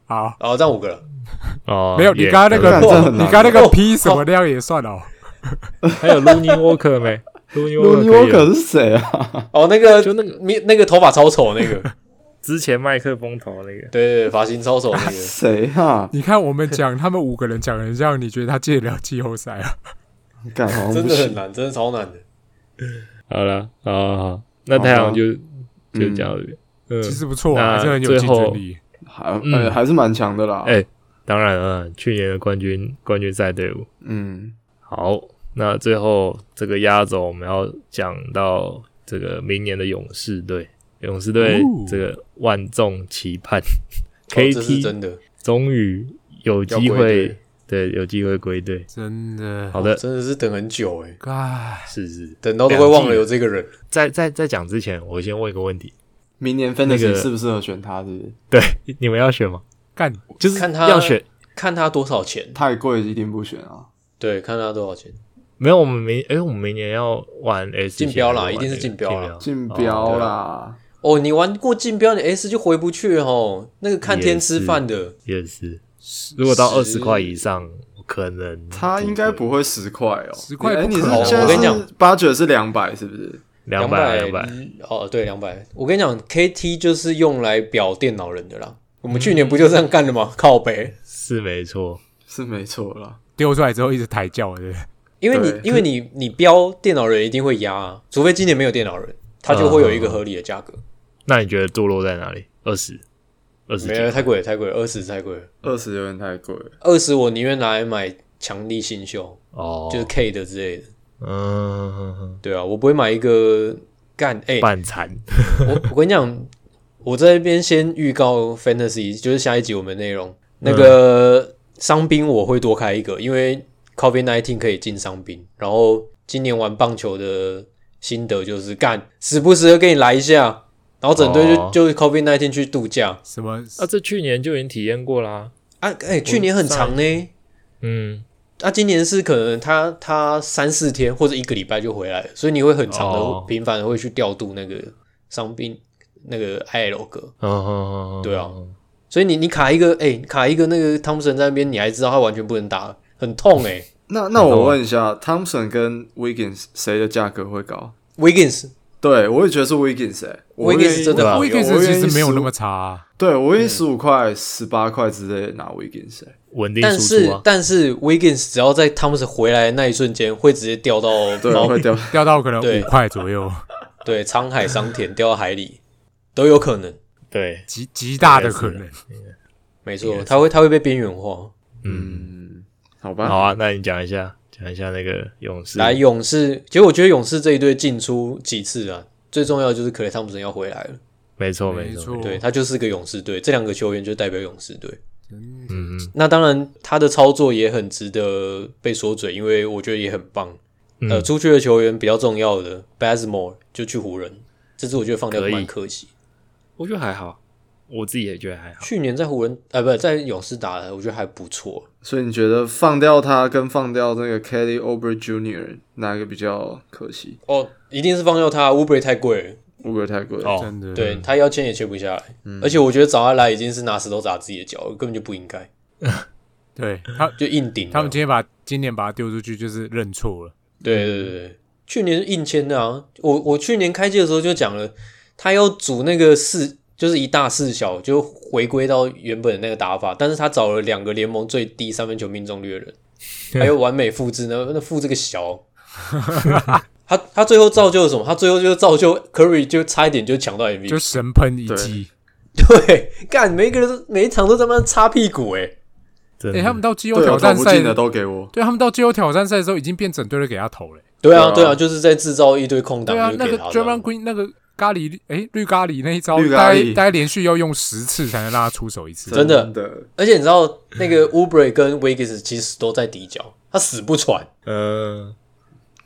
S5: 好，
S3: 哦，这样
S2: [laughs]
S3: 五个了，
S2: 哦，
S5: [laughs] 没有，你刚刚那个
S4: 干这很，
S5: 你
S4: 难
S5: 刚刚那个
S3: 哦
S5: P 什么量也算
S4: [laughs]
S5: 哦。
S2: 还有 Looney Walker 没？Looney
S4: 卢
S2: Walker
S4: 尼
S2: 可
S4: 沃
S2: 以了
S4: 克是谁啊？
S3: 哦那个
S2: 就那个
S3: 那那个头发超丑那个， [laughs]
S2: 之前麦克风头那个，
S3: 对对对，发型超丑那
S2: [laughs]
S3: 个。
S4: 谁啊？
S5: 你看我们讲他们五个人讲人像，你觉得他进得了季后赛啊？
S4: 干好像
S3: 真
S4: 不
S3: 的很
S4: 行。
S3: 难，真的超难的。
S2: 好了，好好好，那太阳就就讲到这边。嗯，
S5: 其实不错
S2: 那
S5: 啊，还是很有竞
S2: 最后
S5: 争力。
S4: 还
S2: 嗯
S4: 呃还是蛮强的啦。
S2: 哎当然了，去年的冠军冠军赛队伍。
S4: 嗯，
S2: 好，那最后这个压轴我们要讲到这个明年的勇士队，勇士队
S5: 哦
S2: 这个万众期 [laughs] 盼、
S3: 哦
S2: k
S3: 这是
S2: t
S3: 真的，
S2: 终于有机
S3: 要归
S2: 会
S3: 队，
S2: 对，有机会归队。
S5: 真的，
S2: 好的，
S3: 哦真的是等很久哎，
S5: 哎，
S2: 是是。
S3: 等到都会忘了有这个人。
S2: 在在在讲之前，我先问一个问题：
S4: 明年 Fantasy
S2: 那个
S4: 适不适合选他？是不是
S2: 对，你们要选吗？
S5: 干
S2: 就是
S3: 看他
S2: 要选，
S3: 看他多少钱，
S4: 太贵一定不选啊。
S3: 对，看他多少钱。
S2: 没有，我们明哎、我们明年要玩 S 啊
S3: 竞标啦
S2: 还玩
S3: 一定是竞标啦啊
S2: 那个
S4: 竞标啦，
S3: 哦，你玩过竞标，你 S 就回不去哦。那个看天吃饭的，
S2: 也是。如果到二
S3: 十
S2: 十块以上，可能
S4: 他应该不会十块哦，
S5: 十块
S4: 哎，
S5: 不
S4: 你是
S5: 可能
S4: 现
S3: 我跟你
S4: 在
S3: 讲
S4: 是八九是两百是不是？
S2: 两
S3: 百
S2: 百两百。
S3: 哦，对，两百。我跟你讲，KT 就是用来表电脑人的啦。我们去年不就这样干的
S2: 嗯
S3: 吗？靠北，
S2: 是没错，
S4: 是没错啦。
S5: 丢出来之后一直抬轿，对不对？
S3: 因为
S4: 对
S3: 你因为你你标电脑人一定会压啊，除非今年没有电脑人，他就会有一个合理的价格。
S2: 那你觉得堕落在哪里？二十，二十
S3: 没有太贵了，太贵了，二十太贵了。
S4: 二十有点太贵了，
S3: 二十我宁愿拿来买强力新秀，
S2: 哦，
S3: 就是 K 的之类的。
S2: 嗯，
S3: 对啊，我不会买一个干哎、
S2: 半残，
S3: 我我跟你讲，我在这边先预告 Fantasy，就是下一集我们内容那个伤兵我会多开一个，因为 COVID nineteen 可以进伤兵，然后今年玩棒球的心得就是干，时不时的给你来一下。然后整队就、
S2: 哦
S3: 就 COVID nineteen 去度假
S5: 什么？
S2: 啊，这去年就已经体验过啦。
S3: 啊！哎、去年很长呢，
S2: 嗯，
S3: 啊，今年是可能他他三四天或者一个礼拜就回来了，所以你会很长的、
S2: 哦
S3: 频繁的会去调度那个伤兵那个 IL 格，
S2: 哦，
S3: 对啊所以你你卡一个哎、卡一个那个汤普森在那边，你还知道他完全不能打，很
S2: [laughs]
S3: 痛哎、
S4: 那那我问一下，Thompson 跟 Wiggins 谁的价格会高？
S3: Wiggins
S4: 对，我也觉得是 Wiggins 哎、我
S3: Wiggins 真的
S5: 我
S3: 好
S5: 一
S3: 用
S5: 开
S4: 我
S5: 始
S4: 愿意
S5: 其实没有
S4: 输
S5: 那么差啊，
S4: 对我愿意十五块、十八块之类的拿 Wiggins 哎、
S2: 稳定
S3: 但
S2: 输
S3: 是、
S2: 出啊。
S3: 但是 Wiggins 只要在汤普森回来的那一瞬间，会直接掉到
S2: [laughs]
S4: 对，
S3: 猫
S4: 会掉。
S5: 掉到可能
S3: 对
S5: 五块
S4: [laughs]
S5: 左右，
S3: 对沧海桑田掉到海里都有可能，
S2: 对，
S5: 极极大的可能。
S3: 没错，他会他会被边缘化。
S2: 嗯，
S4: 嗯，好吧，
S2: 好啊，那你讲一下，讲一下那个勇士。
S3: 来勇士，其实我觉得勇士这一队进出几次啊，最重要的就是克雷汤普森要回来了，
S2: 没错，
S5: 没
S2: 错，
S5: 错，
S3: 对他就是个勇士队，这两个球员就代表勇士队。
S5: 真的
S2: 嗯
S3: 那当然，他的操作也很值得被说嘴，因为我觉得也很棒。
S2: 嗯
S3: 呃，出去的球员比较重要的 b a s m o r e 就去湖人，这次我觉得放掉
S2: 可以
S3: 蛮可惜。
S2: 我觉得还好，我自己也觉得还好。
S3: 去年在湖人，呃，不在勇士打的，我觉得还不错。
S4: 所以你觉得放掉他跟放掉那个 Kelly o b e r Jr. 哪一个比较可惜？
S3: 哦，一定是放掉他 u b r e 太贵了，
S4: 会不会太贵？
S2: 哦，
S5: 真的
S3: 对他要签也签不下来，而且我觉得找他来已经是拿石头砸自己的脚了，根本就不应该，
S5: 对他
S3: 就硬顶了。
S5: 他们今天把今年把他丢出去就是认错了，
S3: 对对对对，去年是硬签的啊，我我去年开季的时候就讲了，他要组那个四，就是一大四小，就回归到原本的那个打法，但是他找了两个联盟最低三分球命中率
S5: [laughs]
S3: 的人，还有完美复制呢，那复制个小。 [laughs] 他他最后造就了什么？他最后就造就 Curry 就差一点就抢到 MVP，
S5: 就神喷一击。
S3: 对，干每一个人都每一场都在那擦屁股哎、
S2: 真
S5: 哎，
S2: 的
S5: 他们到季后
S4: 对，
S5: 挑
S4: 我投
S5: 战
S4: 不
S5: 赛
S4: 进的，都给我。
S5: 对他们到季后挑战赛的时候已经变整队了，给他投了。欸
S3: 对啊，对
S4: 对
S3: 啊，
S4: 啊
S3: 就是在制造一堆空档，
S5: 对啊
S3: 就，
S5: 那
S3: 给
S5: 个
S3: 他
S5: d r a m o n
S3: d
S5: Green 那个咖喱哎绿咖喱那一招，
S4: 绿
S5: 大
S4: 咖
S5: 概
S4: 喱
S5: 大概连续要用十次才能让他出手一次。
S3: 真的
S4: 的，
S3: 而且你知道那个 Ubre 跟 Wiggins 其实都在底角，他死不传，
S2: 呃，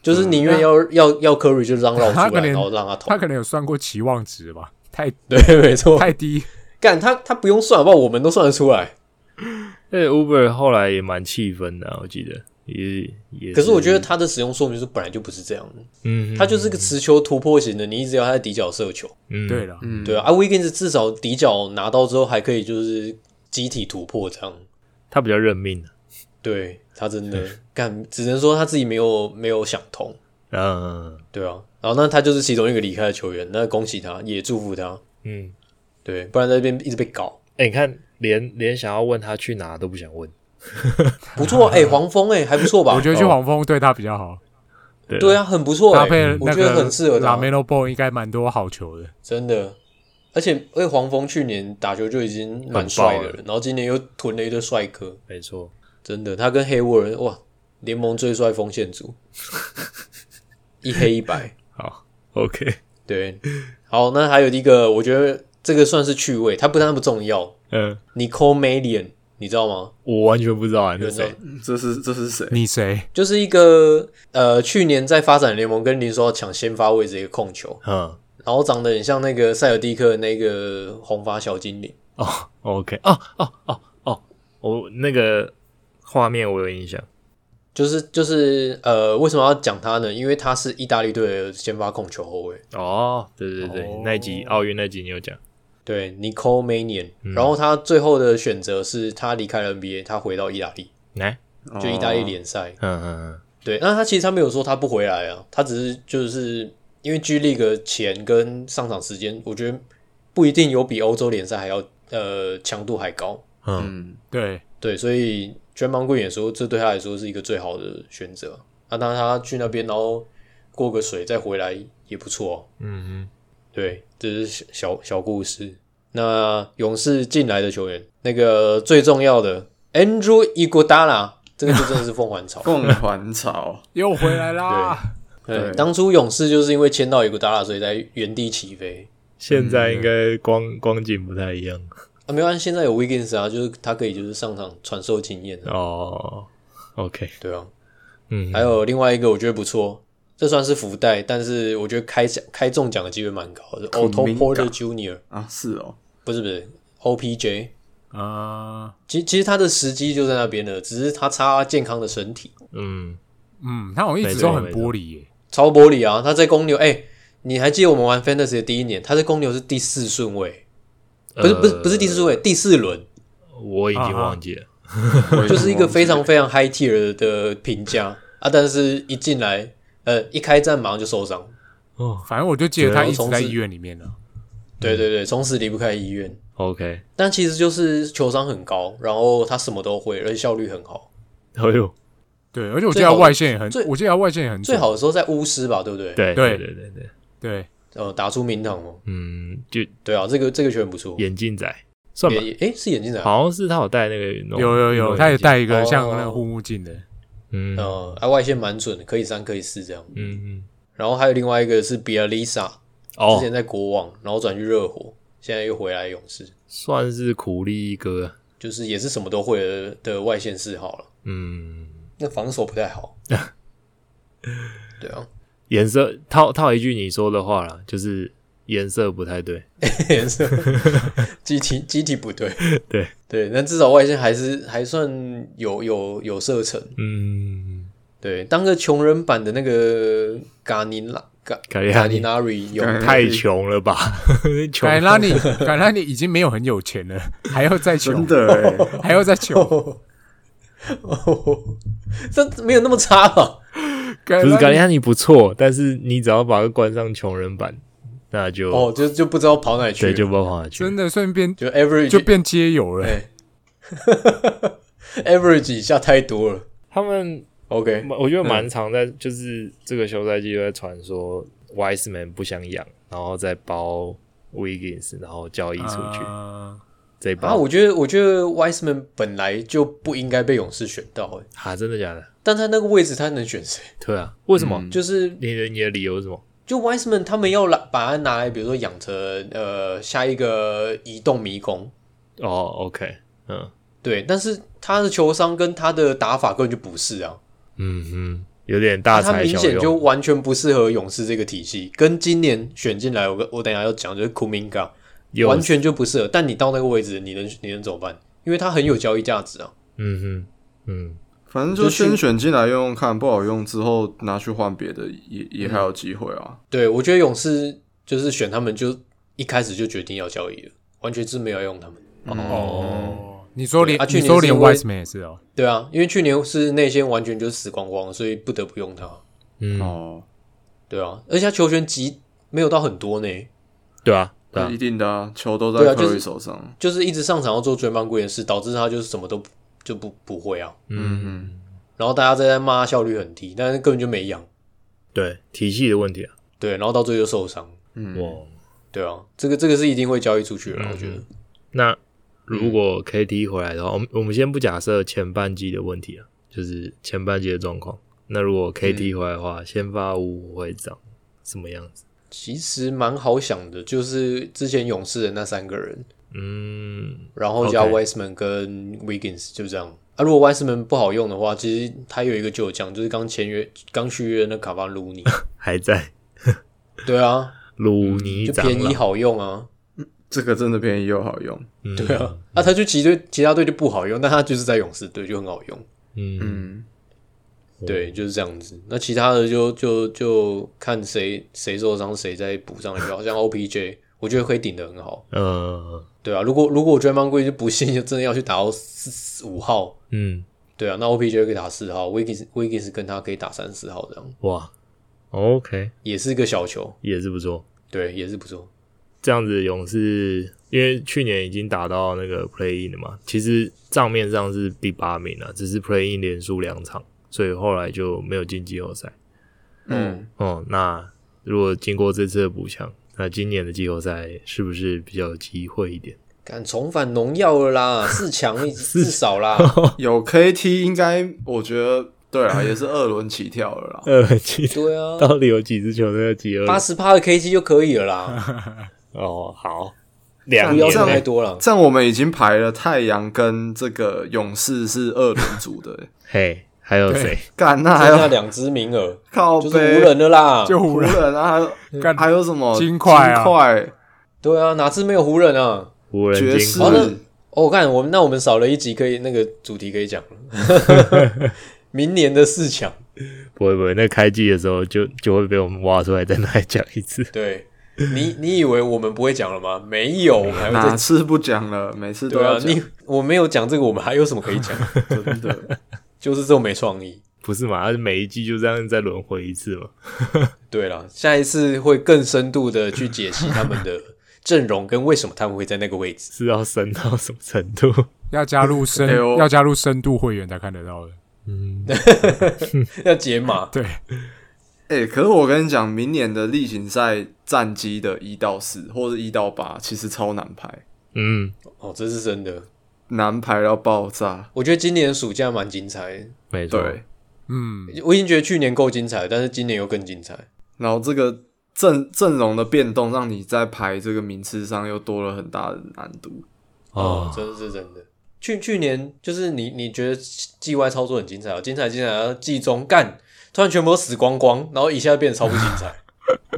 S3: 就是宁愿要、要要 Curry 就让绕
S5: 嗯他
S3: 出
S5: 可
S3: 来，
S5: 能
S3: 然后让他投
S5: 他。可能有算过期望值吧，太
S3: 对，没错。
S5: 太低。
S3: 干他他不用算，好不好？我们都算得出来。
S2: 对 Uber 后来也蛮气愤的啊、我记得也也。
S3: 可是我觉得，他的使用说明书本来就不是这样的，
S2: 嗯，
S3: 他就是个持球突破型的，你一直要他在底角射球，
S2: 嗯
S5: 对，了，
S4: 嗯，
S3: 对啊。啊，Wiggins 至少底角拿到之后还可以就是集体突破这样，
S2: 他比较认命啊
S3: 对他真的干，只能说他自己没有没有想通，
S2: 嗯
S3: 对啊。然后那他就是其中一个离开的球员，那恭喜他，也祝福他，
S2: 嗯，
S3: 对，不然在这边一直被搞。
S2: 哎、你看，连连想要问他去哪都不想问。
S3: 不
S5: [laughs]
S3: 错，哎、黄蜂，哎，还不错吧？
S5: 我觉得去黄蜂对他比较好，
S2: 对
S3: 对啊，很不错、
S5: 搭
S3: 哎
S5: 配
S3: 我
S5: 那
S3: 觉得
S5: 个
S3: 很适合他。
S5: 拉梅洛 ball 应该蛮多好球的。
S3: 真的。而且，因为黄蜂去年打球就已经蛮帅的
S2: 很
S3: 了
S2: 爆，
S3: 然后今年又囤了一堆帅哥，
S2: 没错，
S3: 真的，他跟黑沃人哇，联盟最帅锋线
S5: [laughs]
S3: 组，一黑一白。
S2: 好，OK，
S3: 对，好，那还有一个，我觉得这个算是趣味，他不但不重要
S2: 嗯，
S3: ，Nicole Malian，你知道吗？
S2: 我完全不知道啊，
S3: 有
S2: 那
S3: 人知道
S2: 谁？
S4: 这是这是谁？
S5: 你谁？
S3: 就是一个呃，去年在发展联盟跟林书豪抢先发位置的一个控球，
S2: 嗯，
S3: 然后长得很像那个塞尔蒂克的那个红发小精灵。
S2: 哦，OK，哦哦哦哦，我那个画面我有印象。
S3: 就是就是呃，为什么要讲他呢？因为他是意大利队的先发控球后卫，
S2: 哦，对对对，
S5: 哦
S2: 那一集奥运那集你有讲，
S3: 对 Nicole Manion、然后他最后的选择是他离开了 NBA，他回到意大利，
S2: 来，
S3: 就意大利
S4: 哦
S3: 联赛。
S2: 嗯嗯嗯，
S3: 对，那他其实他没有说他不回来啊，他只是就是因为 G League 钱跟上场时间，我觉得不一定有比欧洲联赛还要呃强度还高。
S4: 嗯，
S5: 对，
S3: 对，所以全盲棍也说，这对他来说是一个最好的选择。那当然他去那边，然后过个水再回来也不错、哦。
S2: 嗯
S3: 对，这是小小小故事。那勇士进来的球员，那个最重要的 Andrew Iguodala，这个就真的是凤凰
S4: [laughs]
S3: 巢。
S4: 凤凰巢，
S5: 又回来啦！
S3: 对，
S4: 对
S3: 当初勇士就是因为签到 Iguodala，所以在原地起飞。
S2: 现在应该光光景不太一样
S3: 啊，没关系，现在有 Wiggins 啊，就是他可以就是上场传授经验啊。
S2: 哦。OK，
S3: 对啊，
S2: 嗯，
S3: 还有另外一个我觉得不错，这算是福袋，但是我觉得开奖开中奖的机会蛮高的。Otto
S4: Kuminga
S3: Porter Jr.
S4: [laughs] 啊，是哦，
S3: 不是不是 OPJ，
S5: 啊，
S3: 其其实他的时机就在那边了，只是他差健康的身体。
S2: 嗯，
S5: 嗯，他好像一直都很玻璃耶。
S3: 超玻璃啊！他在公牛，哎、你还记得我们玩 Fantasy 的第一年，他在公牛是第四顺位，不是不是不是第四顺位，第四轮，
S2: 呃，我已经忘记了。
S4: 我已经
S3: 就是一个
S4: 忘记
S3: 非常
S4: 了
S3: 非常 high tier 的评价啊！但是一进来，呃，一开战马上就受伤，
S2: 哦
S5: 反正我就记得他一直在医院里面啊了。
S3: 对对对，从此离不开医院。
S2: ，OK，
S3: 但其实就是球商很高，然后他什么都会，而且效率很好。
S2: 哎呦，
S5: 对，而且我记得他外线也很
S3: 最，
S5: 我记得他外线也很
S3: 最
S5: 准。
S3: 好的时候在巫师吧，对不对？，
S2: 对
S5: 对
S2: 对对对，
S5: 对，
S3: 呃，打出名堂哦。
S2: 嗯，就
S3: 对啊，这个这个球员不错。
S2: 眼镜仔算吧，
S3: 也哎、是眼镜仔，
S2: 好像是他有戴那个运动，
S5: 有有
S2: 运动
S5: 有，
S2: 眼
S5: 他也
S2: 镜，
S5: 戴一个
S3: 哦
S5: 像那个护目镜的。
S2: 嗯嗯
S3: 呃，啊，外线蛮准的，可以三可以四这样。
S2: 嗯，
S3: 然后还有另外一个是比尔丽莎，之
S2: 哦，
S3: 前在国网，然后转去热火，现在又回来勇士。
S2: 算是苦力哥，
S3: 就是也是什么都会的的外线四号了。
S2: 嗯，
S3: 那防守不太好。对啊， [laughs]
S2: 颜色套套一句你说的话啦，就是颜色不太对。
S3: 颜色机体机体不对。
S2: 对
S3: 对，那至少外线还是还算有有有射程。
S2: 嗯，
S3: 对，当个穷人版的那个嘎尼拉嘎
S2: 凯利亚
S3: 嘎尼
S2: 你
S3: 拉瑞有
S4: 嘎
S2: 太穷了吧？ [laughs] 穷
S5: 凯拉尼，凯拉尼已经没有很有钱了， [laughs] 还要再求
S4: 真，的
S3: [laughs]
S4: 哎、
S5: 还要再求。
S3: 哦，这没有那么差吧？
S5: 不
S2: 不是感觉你不错，但是你只要把它关上穷人版，那就、
S3: 哦，就就不知道跑哪去
S2: 对
S3: 了，
S2: 就不知道跑哪去。
S5: 真的顺便
S3: 就 average
S5: 就变街友了。
S3: 哎 [laughs] average 以下太多了。
S2: 他们
S3: OK，
S2: 我觉得蛮常在，就是这个休赛季都在传说 Wiseman 不想养，然后再包 Wiggins，然后交易出去，
S5: 啊
S2: 这一包
S3: 啊，我觉得我觉得 Wiseman 本来就不应该被勇士选到，哎，
S2: 啊，真的假的？
S3: 但他那个位置他能选谁？
S2: 对啊，为什么？
S3: 就是
S2: 你的你的理由是什么？
S3: 就 Wiseman 他们要拿把它拿来，比如说养成呃下一个移动迷宫，
S2: 哦，OK，嗯
S3: 对，但是他的球商跟他的打法根本就不是啊，
S2: 嗯哼，有点大
S3: 他
S2: 材
S3: 明
S2: 小
S3: 显就
S2: 用。
S3: 完全不适合勇士这个体系，跟今年选进来，我跟我等一下要讲就是 Kuminga
S2: 有
S3: 完全就不适合。但你到那个位置，你能你能怎么办？因为他很有交易价值啊。
S2: 嗯哼，嗯，
S4: 反正就先选进来用用看，不好用之后拿去换别的，也也还有机会啊。
S3: 对，我觉得勇士就是选他们就一开始就决定要交易了，完全是没有要用他们。
S5: 哦，你说连
S3: 对啊去
S5: 你
S3: 年
S5: 说连
S3: 是因为
S5: Wiseman 也是哦，
S3: 对啊，因为去年是内线完全就是死光光，所以不得不用他。
S2: 嗯，
S4: 哦，
S3: 对啊，而且他球权极没有到很多呢，
S2: 对啊，对
S4: 那
S2: 啊
S4: 一，定的啊，球都
S3: 对
S4: 在
S3: 啊就
S4: 科
S3: 是
S4: 瑞手上。
S3: 就是一直上场要做追曼贵的事，导致他就是什么都不就不不会啊。
S2: 嗯，
S3: 然后大家在在骂他效率很低，但是根本就没养。
S2: 对，体系的问题啊，
S3: 对，然后到最后就受伤。
S4: 嗯，
S2: 哇，
S3: 对啊，这个这个是一定会交易出
S2: 嗯
S3: 去了，我觉得。
S2: 那如果 KT 回来的话，我们我们先不假设前半季的问题啊，就是前半季的状况。那如果 KT 回来的话，先发五会长什么样子？
S3: 其实蛮好想的，就是之前勇士的那三个人，
S2: 嗯，
S3: 然后加
S2: OK
S3: Wiseman 跟 Wiggins 就这样。啊，如果 Wiseman 不好用的话，其实他有一个就有讲，就是刚签约、刚续约的那卡巴
S2: [laughs]
S3: 鲁尼，
S2: 还在
S3: 对啊，
S2: 鲁尼
S3: 就
S2: 长
S3: 便宜
S2: 老，
S3: 好用啊，
S4: 这个真的便宜又好用。
S2: 嗯
S3: 对啊，， [laughs] 啊，他去其队其他队就不好用，但他就是在勇士队就很好用，
S2: 嗯，
S4: 嗯，
S3: 对，就是这样子。那其他的就就就看谁谁受伤谁再补上来就好，像 OPJ，我觉得可以顶得很好。
S2: 呃，
S3: 对啊，如果如果 d r a m o n Green 就不幸就真的要去打到四四五号，
S2: 嗯，
S3: 对啊，那 OPJ 可以打四号，Wiggins Wiggins 跟他可以打三四号，这样
S2: 哇，OK，
S3: 也是一个小球，
S2: 也是不错。
S3: 对，也是不错。
S2: 这样子勇士，因为去年已经打到那个 play in 了嘛，其实账面上是第八名了、只是 play in 连输两场，所以后来就没有进季后赛。
S4: 嗯，
S2: 哦，那如果经过这次的补强，那今年的季后赛是不是比较有机会一点？
S3: 敢重返农药了啦，四强已至少啦，
S4: 有 KT 应该，我觉得对啊，也是二轮起跳了啦。
S2: [laughs] 呃，其实
S3: 对啊，
S2: 到底有几支球队要集
S3: 八
S2: 二？
S3: 十趴的 KT 就可以了啦，
S2: 哦，好，两
S3: 不要
S2: 年
S3: 想
S2: 内
S3: 太多了。
S4: 这样我们已经排了太阳跟这个勇士是二轮组的、欸，
S2: 嘿，还有谁？
S4: 干那还
S3: 剩下
S4: 有
S3: 两只名额，
S4: 靠
S3: 就
S4: 背
S3: 是湖人的啦。
S5: 就
S4: 湖
S5: 湖人
S4: 人啊，还有
S5: 干
S4: 还有什么
S5: 金块啊
S4: 金块、
S3: 对啊，哪支没有湖人啊？
S2: 湖人
S4: 爵
S2: 金
S4: 士
S2: 块
S3: 好，的哦，我看我们那我们少了一集可以那个主题可以
S4: [laughs]
S3: 讲了，明年的四强。
S2: 不会不会，那开季的时候就就会被我们挖出来再拿来讲一次。
S3: 对你，你以为我们不会讲了吗？没有，我们还会
S4: 哪
S3: 再
S4: 次不讲了？每次都
S3: 对
S4: 要
S3: 啊。
S4: 讲，
S3: 你我没有讲这个，我们还有什么可以
S4: [laughs]
S3: 讲？
S4: 真的。
S3: 就是这么没创意。
S2: [laughs] 不是嘛？他每一季就这样再轮回一次嘛？
S3: 对了，下一次会更深度的去解析他们的阵容跟为什么他们会在那个位置。
S2: 是要深到什么程度？ [laughs]
S5: 要加入深
S4: 哎呦
S5: 要加入深度会员才看得到的。
S2: 嗯，
S3: 要解码，
S5: 对，
S4: 哎、可是我跟你讲，明年的例行赛战绩的一到四或者一到八，其实超难排，
S2: 嗯，
S3: 哦，这是真的。
S4: 难排到爆炸。
S3: 我觉得今年暑假蛮精彩的，
S2: 没错，
S4: 对，
S5: 嗯，
S3: 我已经觉得去年够精彩了，但是今年又更精彩。
S4: 然后这个阵阵容的变动，让你在排这个名次上又多了很大的难度。
S3: 哦
S2: 哦，，
S3: 真的是真的。去去年就是你你觉得季外操作很精彩哦，精彩精彩，然后季中干突然全部都死光光，然后一下变得超不精
S2: [laughs]
S3: 彩。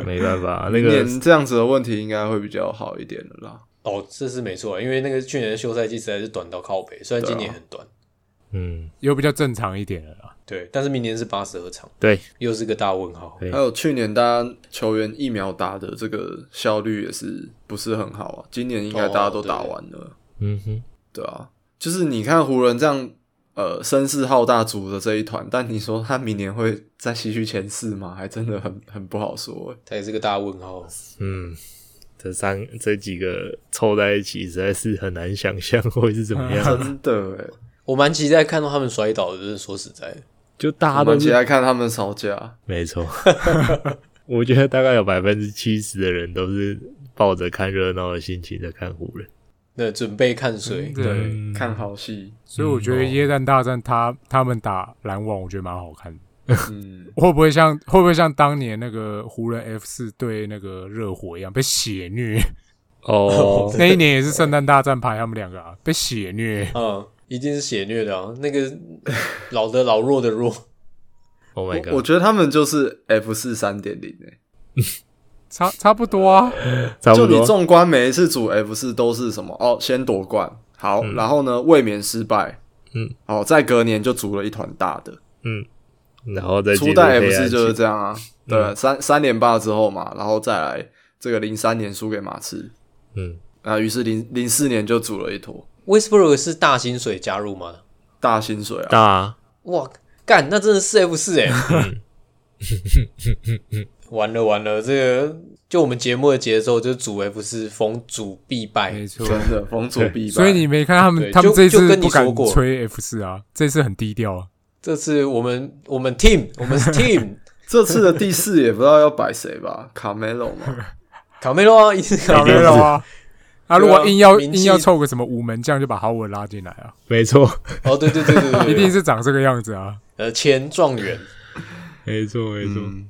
S2: 没办法，啊那
S4: 明
S2: 个
S4: 年这样子的问题应该会比较好一点的啦。
S3: 哦，这是没错啊，因为那个去年的休赛季实在是短到靠北，
S2: 啊
S3: 虽然今年很短，
S2: 嗯，
S5: 又比较正常一点了啦。
S3: 对，但是明年是八十二场，
S2: 对，
S3: 又是个大问号。
S2: 对
S4: 还有去年大家球员疫苗打的这个效率也是不是很好啊，今年应该大家都打完了，
S2: 嗯哼，
S4: 对啊，就是你看湖人这样呃声势浩大组的这一团，但你说他明年会在西区前四吗？还真的很很不好说、
S2: [laughs]
S4: 欸。
S3: 他也是个大问号。
S2: 嗯，这三这几个凑在一起，实在是很难想象会是怎么样。
S4: 真的哎、
S3: 我蛮期待看到他们摔倒的，就是说实在的，
S2: [laughs] 就大
S4: 我
S2: 家都
S4: 们起
S2: 是
S4: 来看他们吵架，
S2: 没错， [laughs] 我觉得大概有百分之七十的人都是抱着看热闹的心情在看湖人。
S3: 那准备看谁？
S5: 对，
S4: 看好戏。
S5: 所以我觉得
S2: 嗯
S5: 《
S2: 哦
S5: 耶诞大战》他他们打篮网，我觉得蛮好看的。
S4: 嗯，
S5: 会不会像会不会像当年那个湖人 F 四对那个热火一样被血
S3: [laughs]
S5: 虐？
S2: [laughs] 哦，
S5: 那一年也是圣诞大战排他们两个啊，被血虐。
S3: 嗯，一定是血虐的啊！那个老的老弱的弱，
S2: Oh my
S4: 我我
S2: god！
S4: 觉得他们就是 F 四三点零欸诶，
S5: 差差不多啊，
S2: 差
S4: 就
S2: 不
S4: 你
S2: 多，
S4: 纵观每一次组 F 四都是什么哦，先夺冠，好，然后呢卫冕失败，
S2: 嗯，
S4: 哦，再隔年就组了一团大的，
S2: 然后再进
S4: 初
S2: 入
S4: 代
S2: 黑
S4: F
S2: 暗
S4: 四就
S2: 期
S4: 是
S2: 嗯
S4: 这样啊，对，三三连霸之后嘛，然后再来这个零三年输给马刺，
S2: 嗯，
S4: 那于是零零四年就组了一坨
S3: Westbrook 是大薪水加入吗？
S4: 大薪水啊，
S2: 大啊
S3: 哇，干，那真的是 F 四哎！嗯 [laughs] 完了完了，这个就我们节目的节奏，就是主 F 四逢主必败
S5: 没。错
S4: 真。的逢主必败，
S5: [laughs] 所以你没看他们，
S3: 对
S5: 他们
S3: 就
S5: 这一
S3: 就
S5: 次
S3: 跟你
S5: 不敢
S3: 说过
S5: 吹 F 四啊，这次很低调啊。
S3: 这次我们我们 team 我们是 team
S4: 这次的第四也不知道要摆谁吧，卡梅隆
S2: [laughs]
S4: 嘛，
S3: 卡梅隆啊，一直卡
S5: 没
S3: 梅
S5: 有
S3: 隆。
S5: 啊，啊，如果硬要
S3: 名气
S5: 硬要凑个什么五门将，就把豪文拉进来啊，
S2: 没错，
S3: 哦，对对对对
S5: [laughs]
S3: 对，
S5: 一定是长这个样子啊。
S3: 呃前状元。
S2: 没错，没错。
S4: 嗯，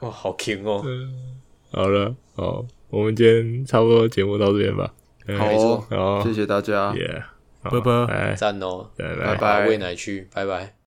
S3: 哇，好 king 哦！
S2: 好了，好，我们今天差不多节目到这边吧。嗯
S4: 好哦，
S2: 好，
S4: 谢谢大家，
S2: 耶，好
S5: 拜拜
S2: 拜
S3: 赞哦，
S2: 拜拜
S4: 拜。
S3: 拜
S4: 拜
S3: 喂。奶去，拜拜。